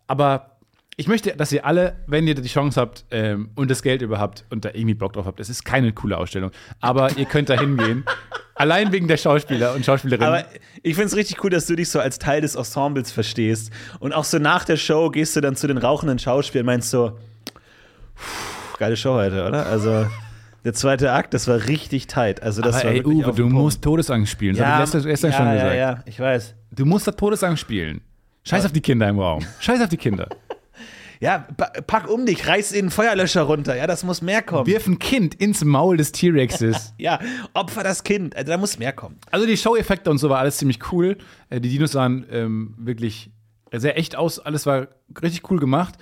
S3: Aber ich möchte, dass ihr alle, wenn ihr die Chance habt ähm, und das Geld überhaupt und da irgendwie Bock drauf habt, es ist keine coole Ausstellung, aber ihr könnt da hingehen. Allein wegen der Schauspieler und Schauspielerinnen.
S2: Aber ich finde es richtig cool, dass du dich so als Teil des Ensembles verstehst. Und auch so nach der Show gehst du dann zu den rauchenden Schauspielern und meinst so, "Puh, geile Show heute, oder? Also, Der zweite Akt, das war richtig tight. Also das war
S3: ey,
S2: wirklich
S3: Uwe,
S2: auf den
S3: du
S2: Punkt.
S3: musst Todesangst spielen. Das
S2: ja,
S3: hab ich letztes- gestern
S2: ja,
S3: schon
S2: ja,
S3: gesagt.
S2: ja, ich weiß.
S3: Du musst das Todesangst spielen. Scheiß auf die Kinder im Raum. Scheiß auf die Kinder.
S2: Ja, pa- pack um dich, reiß den Feuerlöscher runter. Ja, das muss mehr kommen.
S3: Wirf ein Kind ins Maul des T-Rexes.
S2: ja, opfer das Kind. Also da muss mehr kommen.
S3: Also die Show-Effekte und so war alles ziemlich cool. Äh, Die Dinos sahen ähm, wirklich sehr echt aus. Alles war richtig cool gemacht.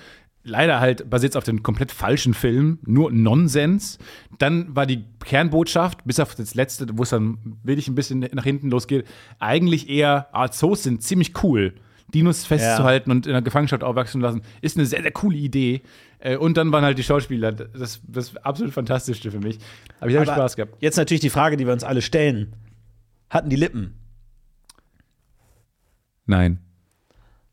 S3: Leider halt basiert es auf den komplett falschen Film, nur Nonsens. Dann war die Kernbotschaft, bis auf das letzte, wo es dann wirklich ein bisschen nach hinten losgeht, eigentlich eher, ah, Zoos sind ziemlich cool. Dinos festzuhalten und in der Gefangenschaft aufwachsen lassen, ist eine sehr, sehr coole Idee. Äh, Und dann waren halt die Schauspieler, das, das absolut Fantastischste für mich. Aber ich habe
S2: Aber
S3: Spaß gehabt.
S2: Jetzt natürlich die Frage, die wir uns alle stellen. Hatten die Lippen?
S3: Nein.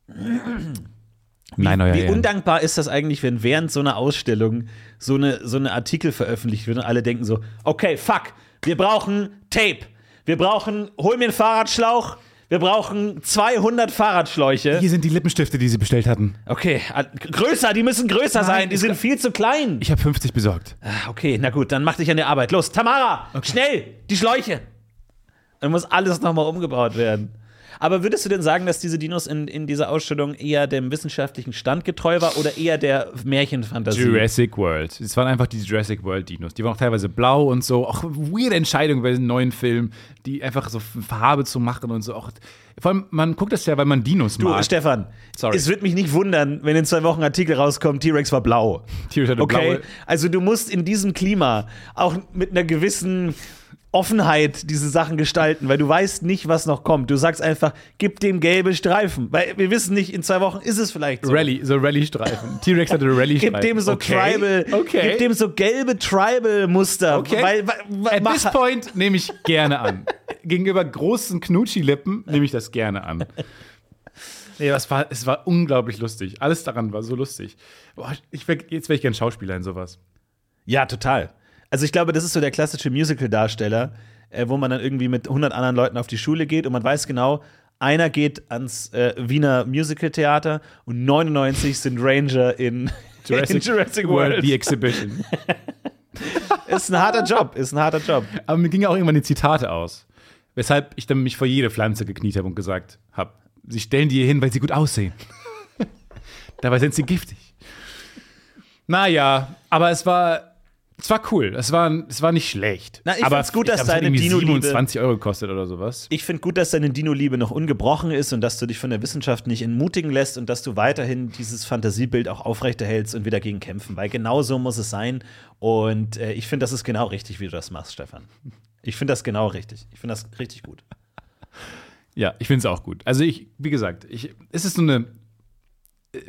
S3: Nein, oh euer
S2: Wie
S3: Ehren.
S2: undankbar ist das eigentlich, wenn während so einer Ausstellung so eine, so eine Artikel veröffentlicht wird und alle denken so, okay, fuck, wir brauchen Tape. Wir brauchen, hol mir einen Fahrradschlauch. Wir brauchen 200 Fahrradschläuche.
S3: Hier sind die Lippenstifte, die sie bestellt hatten.
S2: Okay, ah, größer, die müssen größer sein. Die sind viel zu klein.
S3: Ich habe 50 besorgt.
S2: Ah, Okay, na gut, dann mach dich an die Arbeit. Los, Tamara, schnell, die Schläuche. Dann muss alles nochmal umgebaut werden. Aber würdest du denn sagen, dass diese Dinos in, in dieser Ausstellung eher dem wissenschaftlichen Stand getreu war oder eher der Märchenfantasie?
S3: Also Jurassic World. Es waren einfach die Jurassic World Dinos. Die waren auch teilweise blau und so. Auch weirde Entscheidung bei diesem neuen Film, die einfach so Farbe zu machen und so. Auch, vor allem, man guckt das ja, weil man Dinos
S2: Du,
S3: mag.
S2: Stefan,
S3: Sorry.
S2: es wird mich nicht wundern, wenn in zwei Wochen ein Artikel rauskommt, T-Rex war blau.
S3: T-Rex hatte
S2: Okay,
S3: blaue-
S2: also du musst in diesem Klima auch mit einer gewissen Offenheit diese Sachen gestalten, weil du weißt nicht, was noch kommt. Du sagst einfach, gib dem gelbe Streifen, weil wir wissen nicht, in zwei Wochen ist es vielleicht so.
S3: Rally, so Rally-Streifen. T-Rex hatte Rally-Streifen.
S2: Gib dem so
S3: okay.
S2: Tribal,
S3: Okay.
S2: gib dem so gelbe Tribal-Muster.
S3: Okay.
S2: Weil, weil, weil,
S3: At this
S2: mach-
S3: point nehme ich gerne an. Gegenüber großen Knutschi-Lippen nehme ich das gerne an. Nee, das war, es war unglaublich lustig. Alles daran war so lustig. Boah, ich wär, jetzt wäre ich gern Schauspieler in sowas.
S2: Ja, total. Also ich glaube, das ist so der klassische Musical-Darsteller, äh, wo man dann irgendwie mit 100 anderen Leuten auf die Schule geht und man weiß genau, einer geht ans äh, Wiener Musical-Theater und 99 sind Ranger in Jurassic, in Jurassic World.
S3: The Exhibition.
S2: Ist ein harter Job, ist ein harter Job.
S3: Aber mir gingen auch irgendwann die Zitate aus. Weshalb ich dann mich vor jede Pflanze gekniet habe und gesagt habe, sie stellen die hier hin, weil sie gut aussehen. Dabei sind sie giftig. Naja, aber es war, es war cool. Es war, es war nicht schlecht.
S2: Na, ich
S3: aber
S2: fand's gut, dass
S3: es hat
S2: deine
S3: irgendwie
S2: Dino-Liebe-
S3: 27 Euro gekostet oder sowas.
S2: Ich finde gut, dass deine Dino-Liebe noch ungebrochen ist und dass du dich von der Wissenschaft nicht entmutigen lässt und dass du weiterhin dieses Fantasiebild auch aufrechterhältst und wieder gegen kämpfen, weil genau so muss es sein. Und äh, ich finde, das ist genau richtig, wie du das machst, Stefan. Ich finde das genau richtig. Ich finde das richtig gut.
S3: Ja, ich finde es auch gut. Also ich, wie gesagt, ich, es ist so eine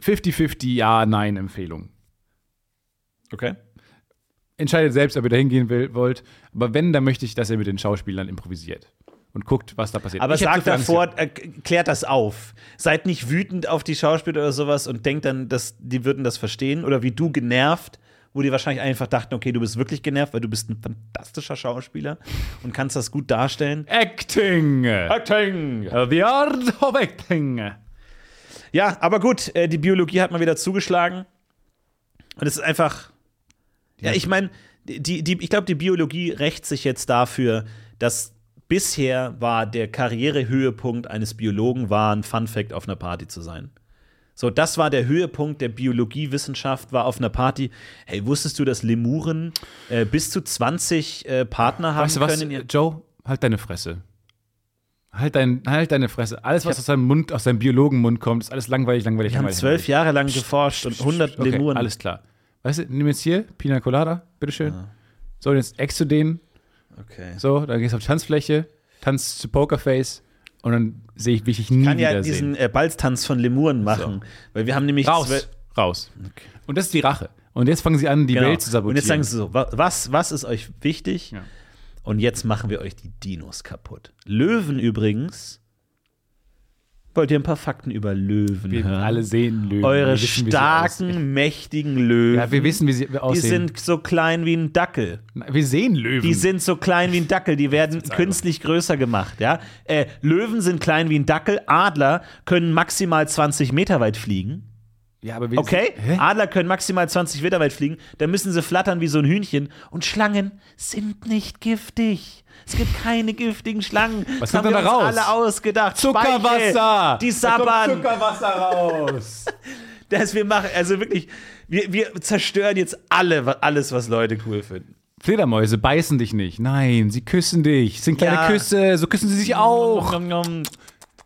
S3: 50-50 Ja-Nein-Empfehlung.
S2: Okay.
S3: Entscheidet selbst, ob ihr da hingehen will- wollt. Aber wenn, dann möchte ich, dass ihr mit den Schauspielern improvisiert. Und guckt, was da passiert.
S2: Aber
S3: Ich hätte
S2: sagt
S3: zu viel Angst gehabt.
S2: davor, äh, klärt das auf. Seid nicht wütend auf die Schauspieler oder sowas und denkt dann, dass die würden das verstehen oder wie du genervt, wo die wahrscheinlich einfach dachten, okay, du bist wirklich genervt, weil du bist ein fantastischer Schauspieler und kannst das gut darstellen.
S3: Acting. Äh,
S2: Acting.
S3: The Art of Acting.
S2: Ja, aber gut, äh, die Biologie hat mal wieder zugeschlagen. Und es ist einfach. Ja, ich meine, die, die, ich glaube, die Biologie rächt sich jetzt dafür, dass bisher war der Karrierehöhepunkt eines Biologen war, ein Fun Fact auf einer Party zu sein. So, das war der Höhepunkt der Biologiewissenschaft, war auf einer Party. Hey, wusstest du, dass Lemuren äh, bis zu 20 äh, Partner haben
S3: Weißt du was,
S2: können? in ihr-
S3: Joe? Halt deine Fresse. Halt, dein, halt deine Fresse. Alles, was aus deinem Mund, aus deinem Biologenmund kommt, ist alles langweilig, langweilig,
S2: Die haben
S3: langweilig.
S2: zwölf Jahre lang geforscht und 100
S3: okay,
S2: Lemuren.
S3: Alles klar. Weißt du, nimm jetzt hier Pina Colada, bitteschön.
S2: Ah.
S3: So, und jetzt eckst du den.
S2: Okay.
S3: So, dann gehst du auf die Tanzfläche, tanzt zu Pokerface und dann sehe ich, wie ich dich nie
S2: kann ja
S3: wiedersehen.
S2: diesen äh, Balztanz von Lemuren machen, weil wir haben nämlich zwölf-
S3: raus, raus. Und das ist die Rache. Und jetzt fangen sie an, die
S2: Genau.
S3: Welt zu sabotieren.
S2: Und jetzt sagen sie so, wa- was, was ist euch wichtig?
S3: Ja.
S2: Und jetzt machen wir euch die Dinos kaputt. Löwen übrigens. Wollt ihr ein paar Fakten über Löwen
S3: wir
S2: hören?
S3: alle sehen Löwen.
S2: Eure
S3: Wir wissen, wie sie aussehen.
S2: starken, mächtigen Löwen.
S3: Ja, wir wissen, wie sie
S2: die
S3: aussehen.
S2: sind so klein wie ein Dackel.
S3: Na, Wir sehen Löwen.
S2: Die sind so klein wie ein Dackel, die werden künstlich größer gemacht, ja. Äh, Löwen sind klein wie ein Dackel, Adler können maximal 20 Meter weit fliegen.
S3: Ja, aber wir
S2: Okay,
S3: Hä?
S2: Adler können maximal 20 Meter weit fliegen, dann müssen sie flattern wie so ein Hühnchen. Und Schlangen sind nicht giftig. Es gibt keine giftigen Schlangen.
S3: Was
S2: das
S3: kommt
S2: haben
S3: denn
S2: wir
S3: da
S2: uns
S3: raus?
S2: alle ausgedacht.
S3: Zuckerwasser!
S2: Speichel, die
S3: Da kommt
S2: sabbern.
S3: Zuckerwasser raus!
S2: Dass wir machen, also wirklich, wir, wir zerstören jetzt alle, wa- alles, was Leute cool finden.
S3: Fledermäuse beißen dich nicht. Nein, sie küssen dich. Es sind kleine
S2: Ja.
S3: Küsse, so küssen sie sich auch.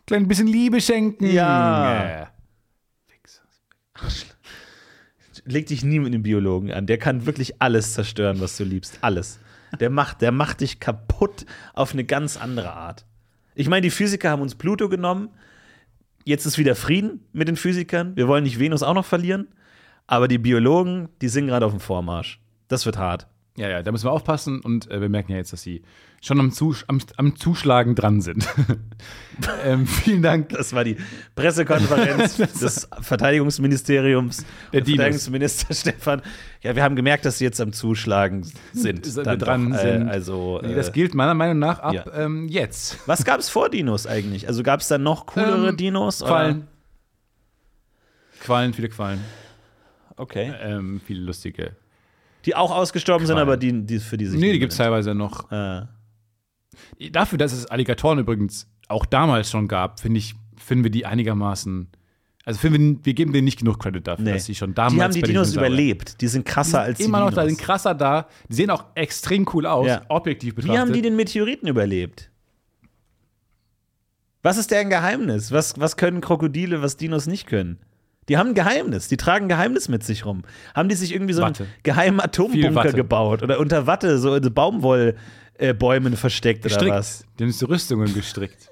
S3: Klein bisschen Liebe schenken.
S2: Ja.
S3: Äh.
S2: Leg dich nie mit einem Biologen an. Der kann wirklich alles zerstören, was du liebst. Alles. Der macht, der macht dich kaputt auf eine ganz andere Art. Ich meine, die Physiker haben uns Pluto genommen. Jetzt ist wieder Frieden mit den Physikern. Wir wollen nicht Venus auch noch verlieren. Aber die Biologen, die sind gerade auf dem Vormarsch. Das wird hart.
S3: Ja, ja, da müssen wir aufpassen und äh, wir merken ja jetzt, dass sie schon am, Zus am, am Zuschlagen dran sind. ähm, vielen Dank.
S2: Das war die Pressekonferenz des Verteidigungsministeriums.
S3: Der
S2: Und
S3: Dinos.
S2: Verteidigungsminister Stefan. Ja, wir haben gemerkt, dass sie jetzt am Zuschlagen sind.
S3: Sind wir
S2: Dann
S3: dran
S2: doch,
S3: sind.
S2: Äh, also,
S3: Nee,
S2: äh,
S3: das gilt meiner Meinung nach ab
S2: ja.
S3: ähm, jetzt.
S2: Was gab es vor Dinos eigentlich? Also gab es dann noch coolere
S3: Ähm,
S2: Dinos? oder?
S3: Quallen. Quallen, viele Quallen.
S2: Okay.
S3: Ähm, viele lustige.
S2: Die auch ausgestorben sind,
S3: Quallen.
S2: aber die, die für die sich. Ah,
S3: Nee, die
S2: niemand
S3: gibt es teilweise noch.
S2: interessiert.
S3: Dafür, dass es Alligatoren übrigens auch damals schon gab, finde ich, finden wir die einigermaßen. Also finden wir, wir geben denen nicht genug Credit dafür,
S2: Nee.
S3: dass sie schon
S2: Äh,
S3: damals.
S2: die haben die
S3: bei den
S2: Dinos
S3: Dinosauriern-
S2: überlebt. Die sind krasser als die
S3: Immer noch da,
S2: Dinos.
S3: sind krasser da. Die sehen auch extrem cool aus,
S2: Ja.
S3: objektiv betrachtet.
S2: Wie haben die den Meteoriten überlebt? Was ist deren Geheimnis? Was, was können Krokodile, was Dinos nicht können? Die haben ein Geheimnis. Die tragen ein Geheimnis mit sich rum. Haben die sich irgendwie so
S3: Watte.
S2: einen geheimen
S3: Viel
S2: Atombunker
S3: Watte.
S2: gebaut oder unter Watte so in Baumwollbäumen versteckt
S3: gestrickt?
S2: oder was?
S3: Die haben sich Rüstungen gestrickt.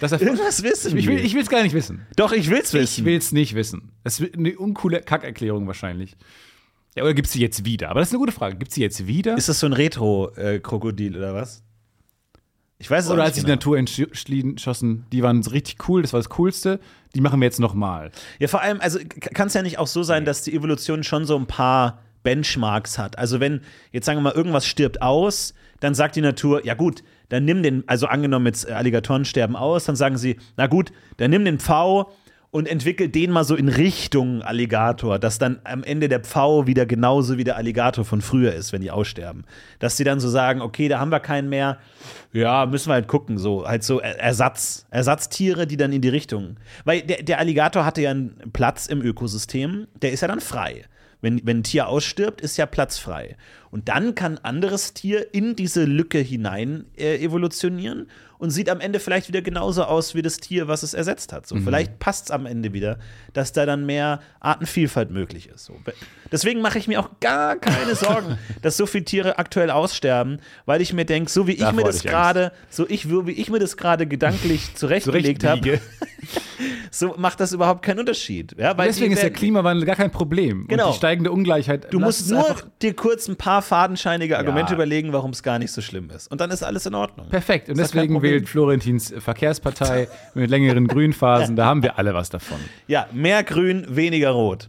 S3: Das erf-
S2: Irgendwas wissen
S3: ich, will,
S2: die.
S3: ich will's gar nicht wissen.
S2: Doch, ich will's wissen.
S3: Ich will's nicht wissen. Das ist eine uncoole Kackerklärung wahrscheinlich. Ja, oder gibt's sie jetzt wieder? Aber das ist eine gute Frage. Gibt's sie jetzt wieder?
S2: Ist das so ein Retro-Krokodil oder was? Ich weiß es
S3: oder
S2: auch
S3: als
S2: nicht
S3: sie die
S2: genau.
S3: Natur entschieden schossen, die waren so richtig cool, das war das Coolste. Die machen wir jetzt nochmal.
S2: Ja, vor allem, also kann es ja nicht auch so sein, dass die Evolution schon so ein paar Benchmarks hat. Also wenn, jetzt sagen wir mal, irgendwas stirbt aus, dann sagt die Natur, ja gut, dann nimm den, also angenommen jetzt äh, Alligatoren sterben aus, dann sagen sie, na gut, dann nimm den Pfau und entwickel den mal so in Richtung Alligator, dass dann am Ende der Pfau wieder genauso wie der Alligator von früher ist, wenn die aussterben. Dass sie dann so sagen, okay, da haben wir keinen mehr, ja, müssen wir halt gucken, so halt so Er- Ersatz, Ersatztiere, die dann in die Richtung. Weil der, der Alligator hatte ja einen Platz im Ökosystem, der ist ja dann frei. Wenn, wenn ein Tier ausstirbt, ist ja Platz frei. Und dann kann ein anderes Tier in diese Lücke hinein äh, evolutionieren und sieht am Ende vielleicht wieder genauso aus wie das Tier, was es ersetzt hat. So, Vielleicht passt es am Ende wieder, dass da dann mehr Artenvielfalt möglich ist. So. Deswegen mache ich mir auch gar keine Sorgen, dass so viele Tiere aktuell aussterben, weil ich mir denke, so wie ich
S3: Davor
S2: mir
S3: hatte
S2: das
S3: ich
S2: gerade, so ich, wie ich mir das gerade gedanklich zurechtgelegt habe,
S3: Zurechtbiege.
S2: so macht das überhaupt keinen Unterschied. Ja, weil
S3: Deswegen
S2: die
S3: ist der
S2: werden-
S3: Klimawandel gar kein Problem.
S2: Genau.
S3: Und die steigende Ungleichheit.
S2: Du
S3: lass
S2: musst
S3: uns
S2: nur
S3: einfach-
S2: dir kurz ein paar fadenscheinige Argumente
S3: Ja.
S2: überlegen, warum es gar nicht so schlimm ist. Und dann ist alles in Ordnung.
S3: Perfekt. Und
S2: Ist doch kein
S3: deswegen
S2: Problem.
S3: wählt Florentins Verkehrspartei mit längeren Grünphasen. Da haben wir alle was davon.
S2: Ja, mehr grün, weniger rot.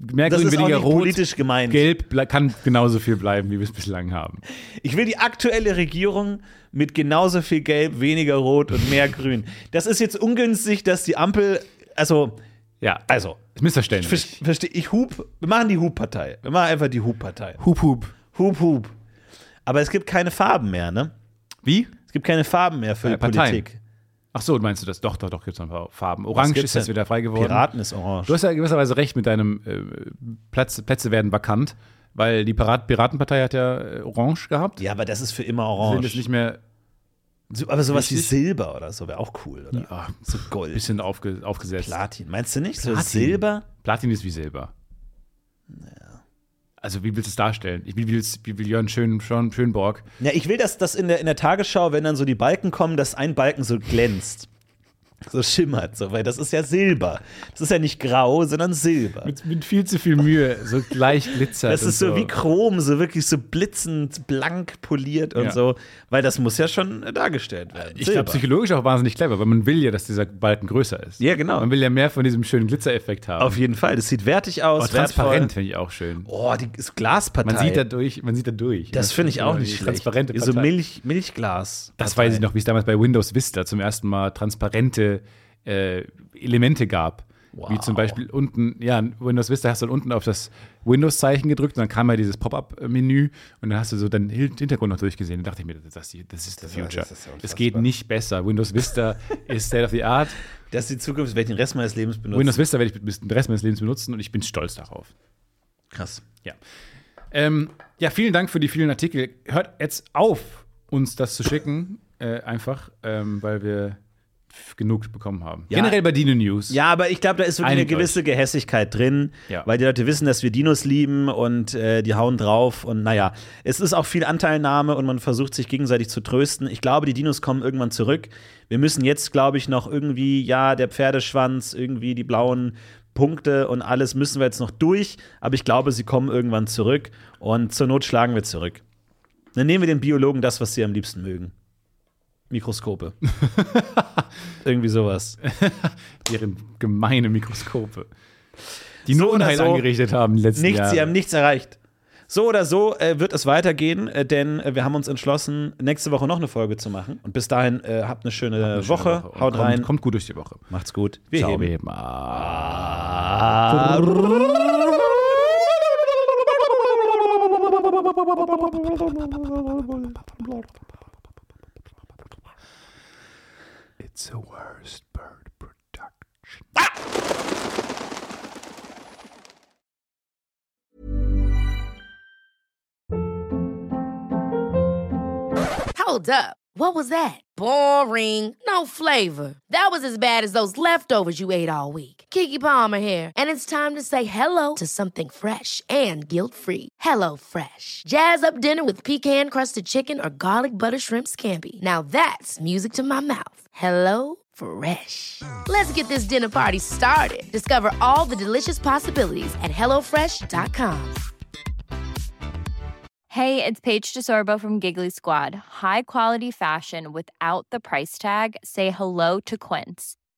S3: Mehr
S2: Das
S3: Grün,
S2: ist auch
S3: weniger
S2: nicht
S3: Rot.
S2: politisch gemeint.
S3: Gelb ble- kann genauso viel bleiben, wie wir es bislang haben.
S2: Ich will die aktuelle Regierung mit genauso viel Gelb, weniger Rot und mehr Grün. Das ist jetzt ungünstig, dass die Ampel. Also,
S3: Ja, also
S2: also,
S3: ist missverständlich.
S2: verstehe ich, Hub. Wir machen die Hub-Partei. Wir machen einfach die Hub-Partei.
S3: Hup, hup.
S2: Hub, Hub. Aber es gibt keine Farben mehr, ne?
S3: Wie?
S2: Es gibt keine Farben mehr für
S3: Äh,
S2: die
S3: Parteien.
S2: Politik.
S3: Ach so, meinst du das? Doch, doch, doch, gibt es noch ein paar Farben. Orange
S2: gibt's
S3: ist jetzt
S2: denn?
S3: wieder frei geworden.
S2: Piraten ist orange.
S3: Du hast ja gewisserweise recht mit deinem äh, Platz, Plätze werden vakant, weil die Pirat Piratenpartei hat ja äh, Orange gehabt.
S2: ja, aber das ist für immer
S3: Sind jetzt
S2: orange.
S3: nicht mehr
S2: So- Aber sowas wie
S3: Richtig?
S2: Silber oder so wäre auch cool, oder?
S3: ja,
S2: So Gold.
S3: ein bisschen aufge aufgesetzt.
S2: Platin. Meinst du nicht? So
S3: Platin?
S2: Silber?
S3: Platin ist wie Silber. Also, wie willst du es darstellen? Ich, wie, willst, wie will Jörn Schön, Schön, Schönborg?
S2: Ja, ich will, dass das in der, in der Tagesschau, wenn dann so die Balken kommen, dass ein Balken so glänzt. So schimmert, so, weil das ist ja Silber. Das ist ja nicht grau, sondern Silber.
S3: Mit, mit viel zu viel Mühe, so gleich glitzert.
S2: das
S3: und
S2: ist so wie Chrom, so wirklich so blitzend blank poliert und
S3: Ja.
S2: so, weil das muss ja schon äh, dargestellt werden.
S3: Ich glaube,
S2: Silber.
S3: psychologisch auch wahnsinnig clever, weil man will ja, dass dieser Balken größer ist.
S2: Ja, genau.
S3: Man will ja mehr von diesem schönen Glitzereffekt haben.
S2: auf jeden Fall. Das sieht wertig aus,
S3: Oh, transparent finde ich auch schön.
S2: wertvoll. Oh, die ist Glaspartei.
S3: Man sieht da durch, man sieht da durch. ne?
S2: das finde ich auch
S3: Die
S2: nicht schlecht.
S3: Transparente
S2: so
S3: Partei.
S2: Milch, Milchglas.
S3: Das weiß ich noch, wie es damals bei Windows Vista zum ersten Mal transparente äh, Elemente gab. Wie zum Beispiel unten, ja, Windows Vista hast du dann unten auf das Windows-Zeichen gedrückt und dann kam ja dieses Pop-up-Menü und dann hast du so deinen Hin- Hintergrund noch durchgesehen. Da dachte ich mir, das, das, das ist the future.
S6: das ist ja
S3: Es geht nicht besser. Windows Vista ist state of the art.
S2: Das ist die Zukunft, werde ich den Rest meines Lebens benutzen.
S3: Windows Vista werde ich bis den Rest meines Lebens benutzen und ich bin stolz darauf.
S2: Krass.
S3: Ja. Ähm, ja, vielen Dank für die vielen Artikel. Hört jetzt auf, uns das zu schicken, äh, einfach, ähm, weil wir f- genug bekommen haben.
S2: Ja.
S3: Generell bei Dino News.
S2: Ja, aber ich glaube, da ist wirklich eine
S3: Einigt euch.
S2: gewisse Gehässigkeit drin,
S3: Ja.
S2: weil die Leute wissen, dass wir Dinos lieben und äh, die hauen drauf. Und naja, es ist auch viel Anteilnahme und man versucht sich gegenseitig zu trösten. Ich glaube, die Dinos kommen irgendwann zurück. Wir müssen jetzt, glaube ich, noch irgendwie, ja, der Pferdeschwanz, irgendwie die blauen Punkte und alles müssen wir jetzt noch durch. Aber ich glaube, sie kommen irgendwann zurück und zur Not schlagen wir zurück. Dann nehmen wir den Biologen das, was sie am liebsten mögen. Mikroskope. Irgendwie sowas.
S3: Deren gemeine Mikroskope. Die nur
S2: So oder
S3: Unheil
S2: so,
S3: angerichtet haben die letzten
S2: Nichts,
S3: Jahre.
S2: sie haben nichts erreicht. So oder so äh, wird es weitergehen, äh, denn äh, wir haben uns entschlossen, nächste Woche noch eine Folge zu machen. Und bis dahin äh, habt eine schöne,
S3: Schöne
S2: Woche.
S3: und
S2: Haut
S3: kommt,
S2: rein.
S3: Kommt gut durch die Woche.
S2: Macht's gut. Wir
S3: Ciao,
S2: heben.
S3: wir heben. Ah. It's a worst bird production.
S7: Hold up. What was that? Boring. No flavor. That was as bad as those leftovers you ate all week. Kiki Palmer here, and it's time to say hello to something fresh and guilt-free. Hello Fresh. Jazz up dinner with pecan-crusted chicken or garlic butter shrimp scampi. Now that's music to my mouth. Hello Fresh. Let's get this dinner party started. Discover all the delicious possibilities at hellofresh.com.
S8: Hey, it's Paige DeSorbo from Giggly Squad. High quality fashion without the price tag. Say hello to Quince.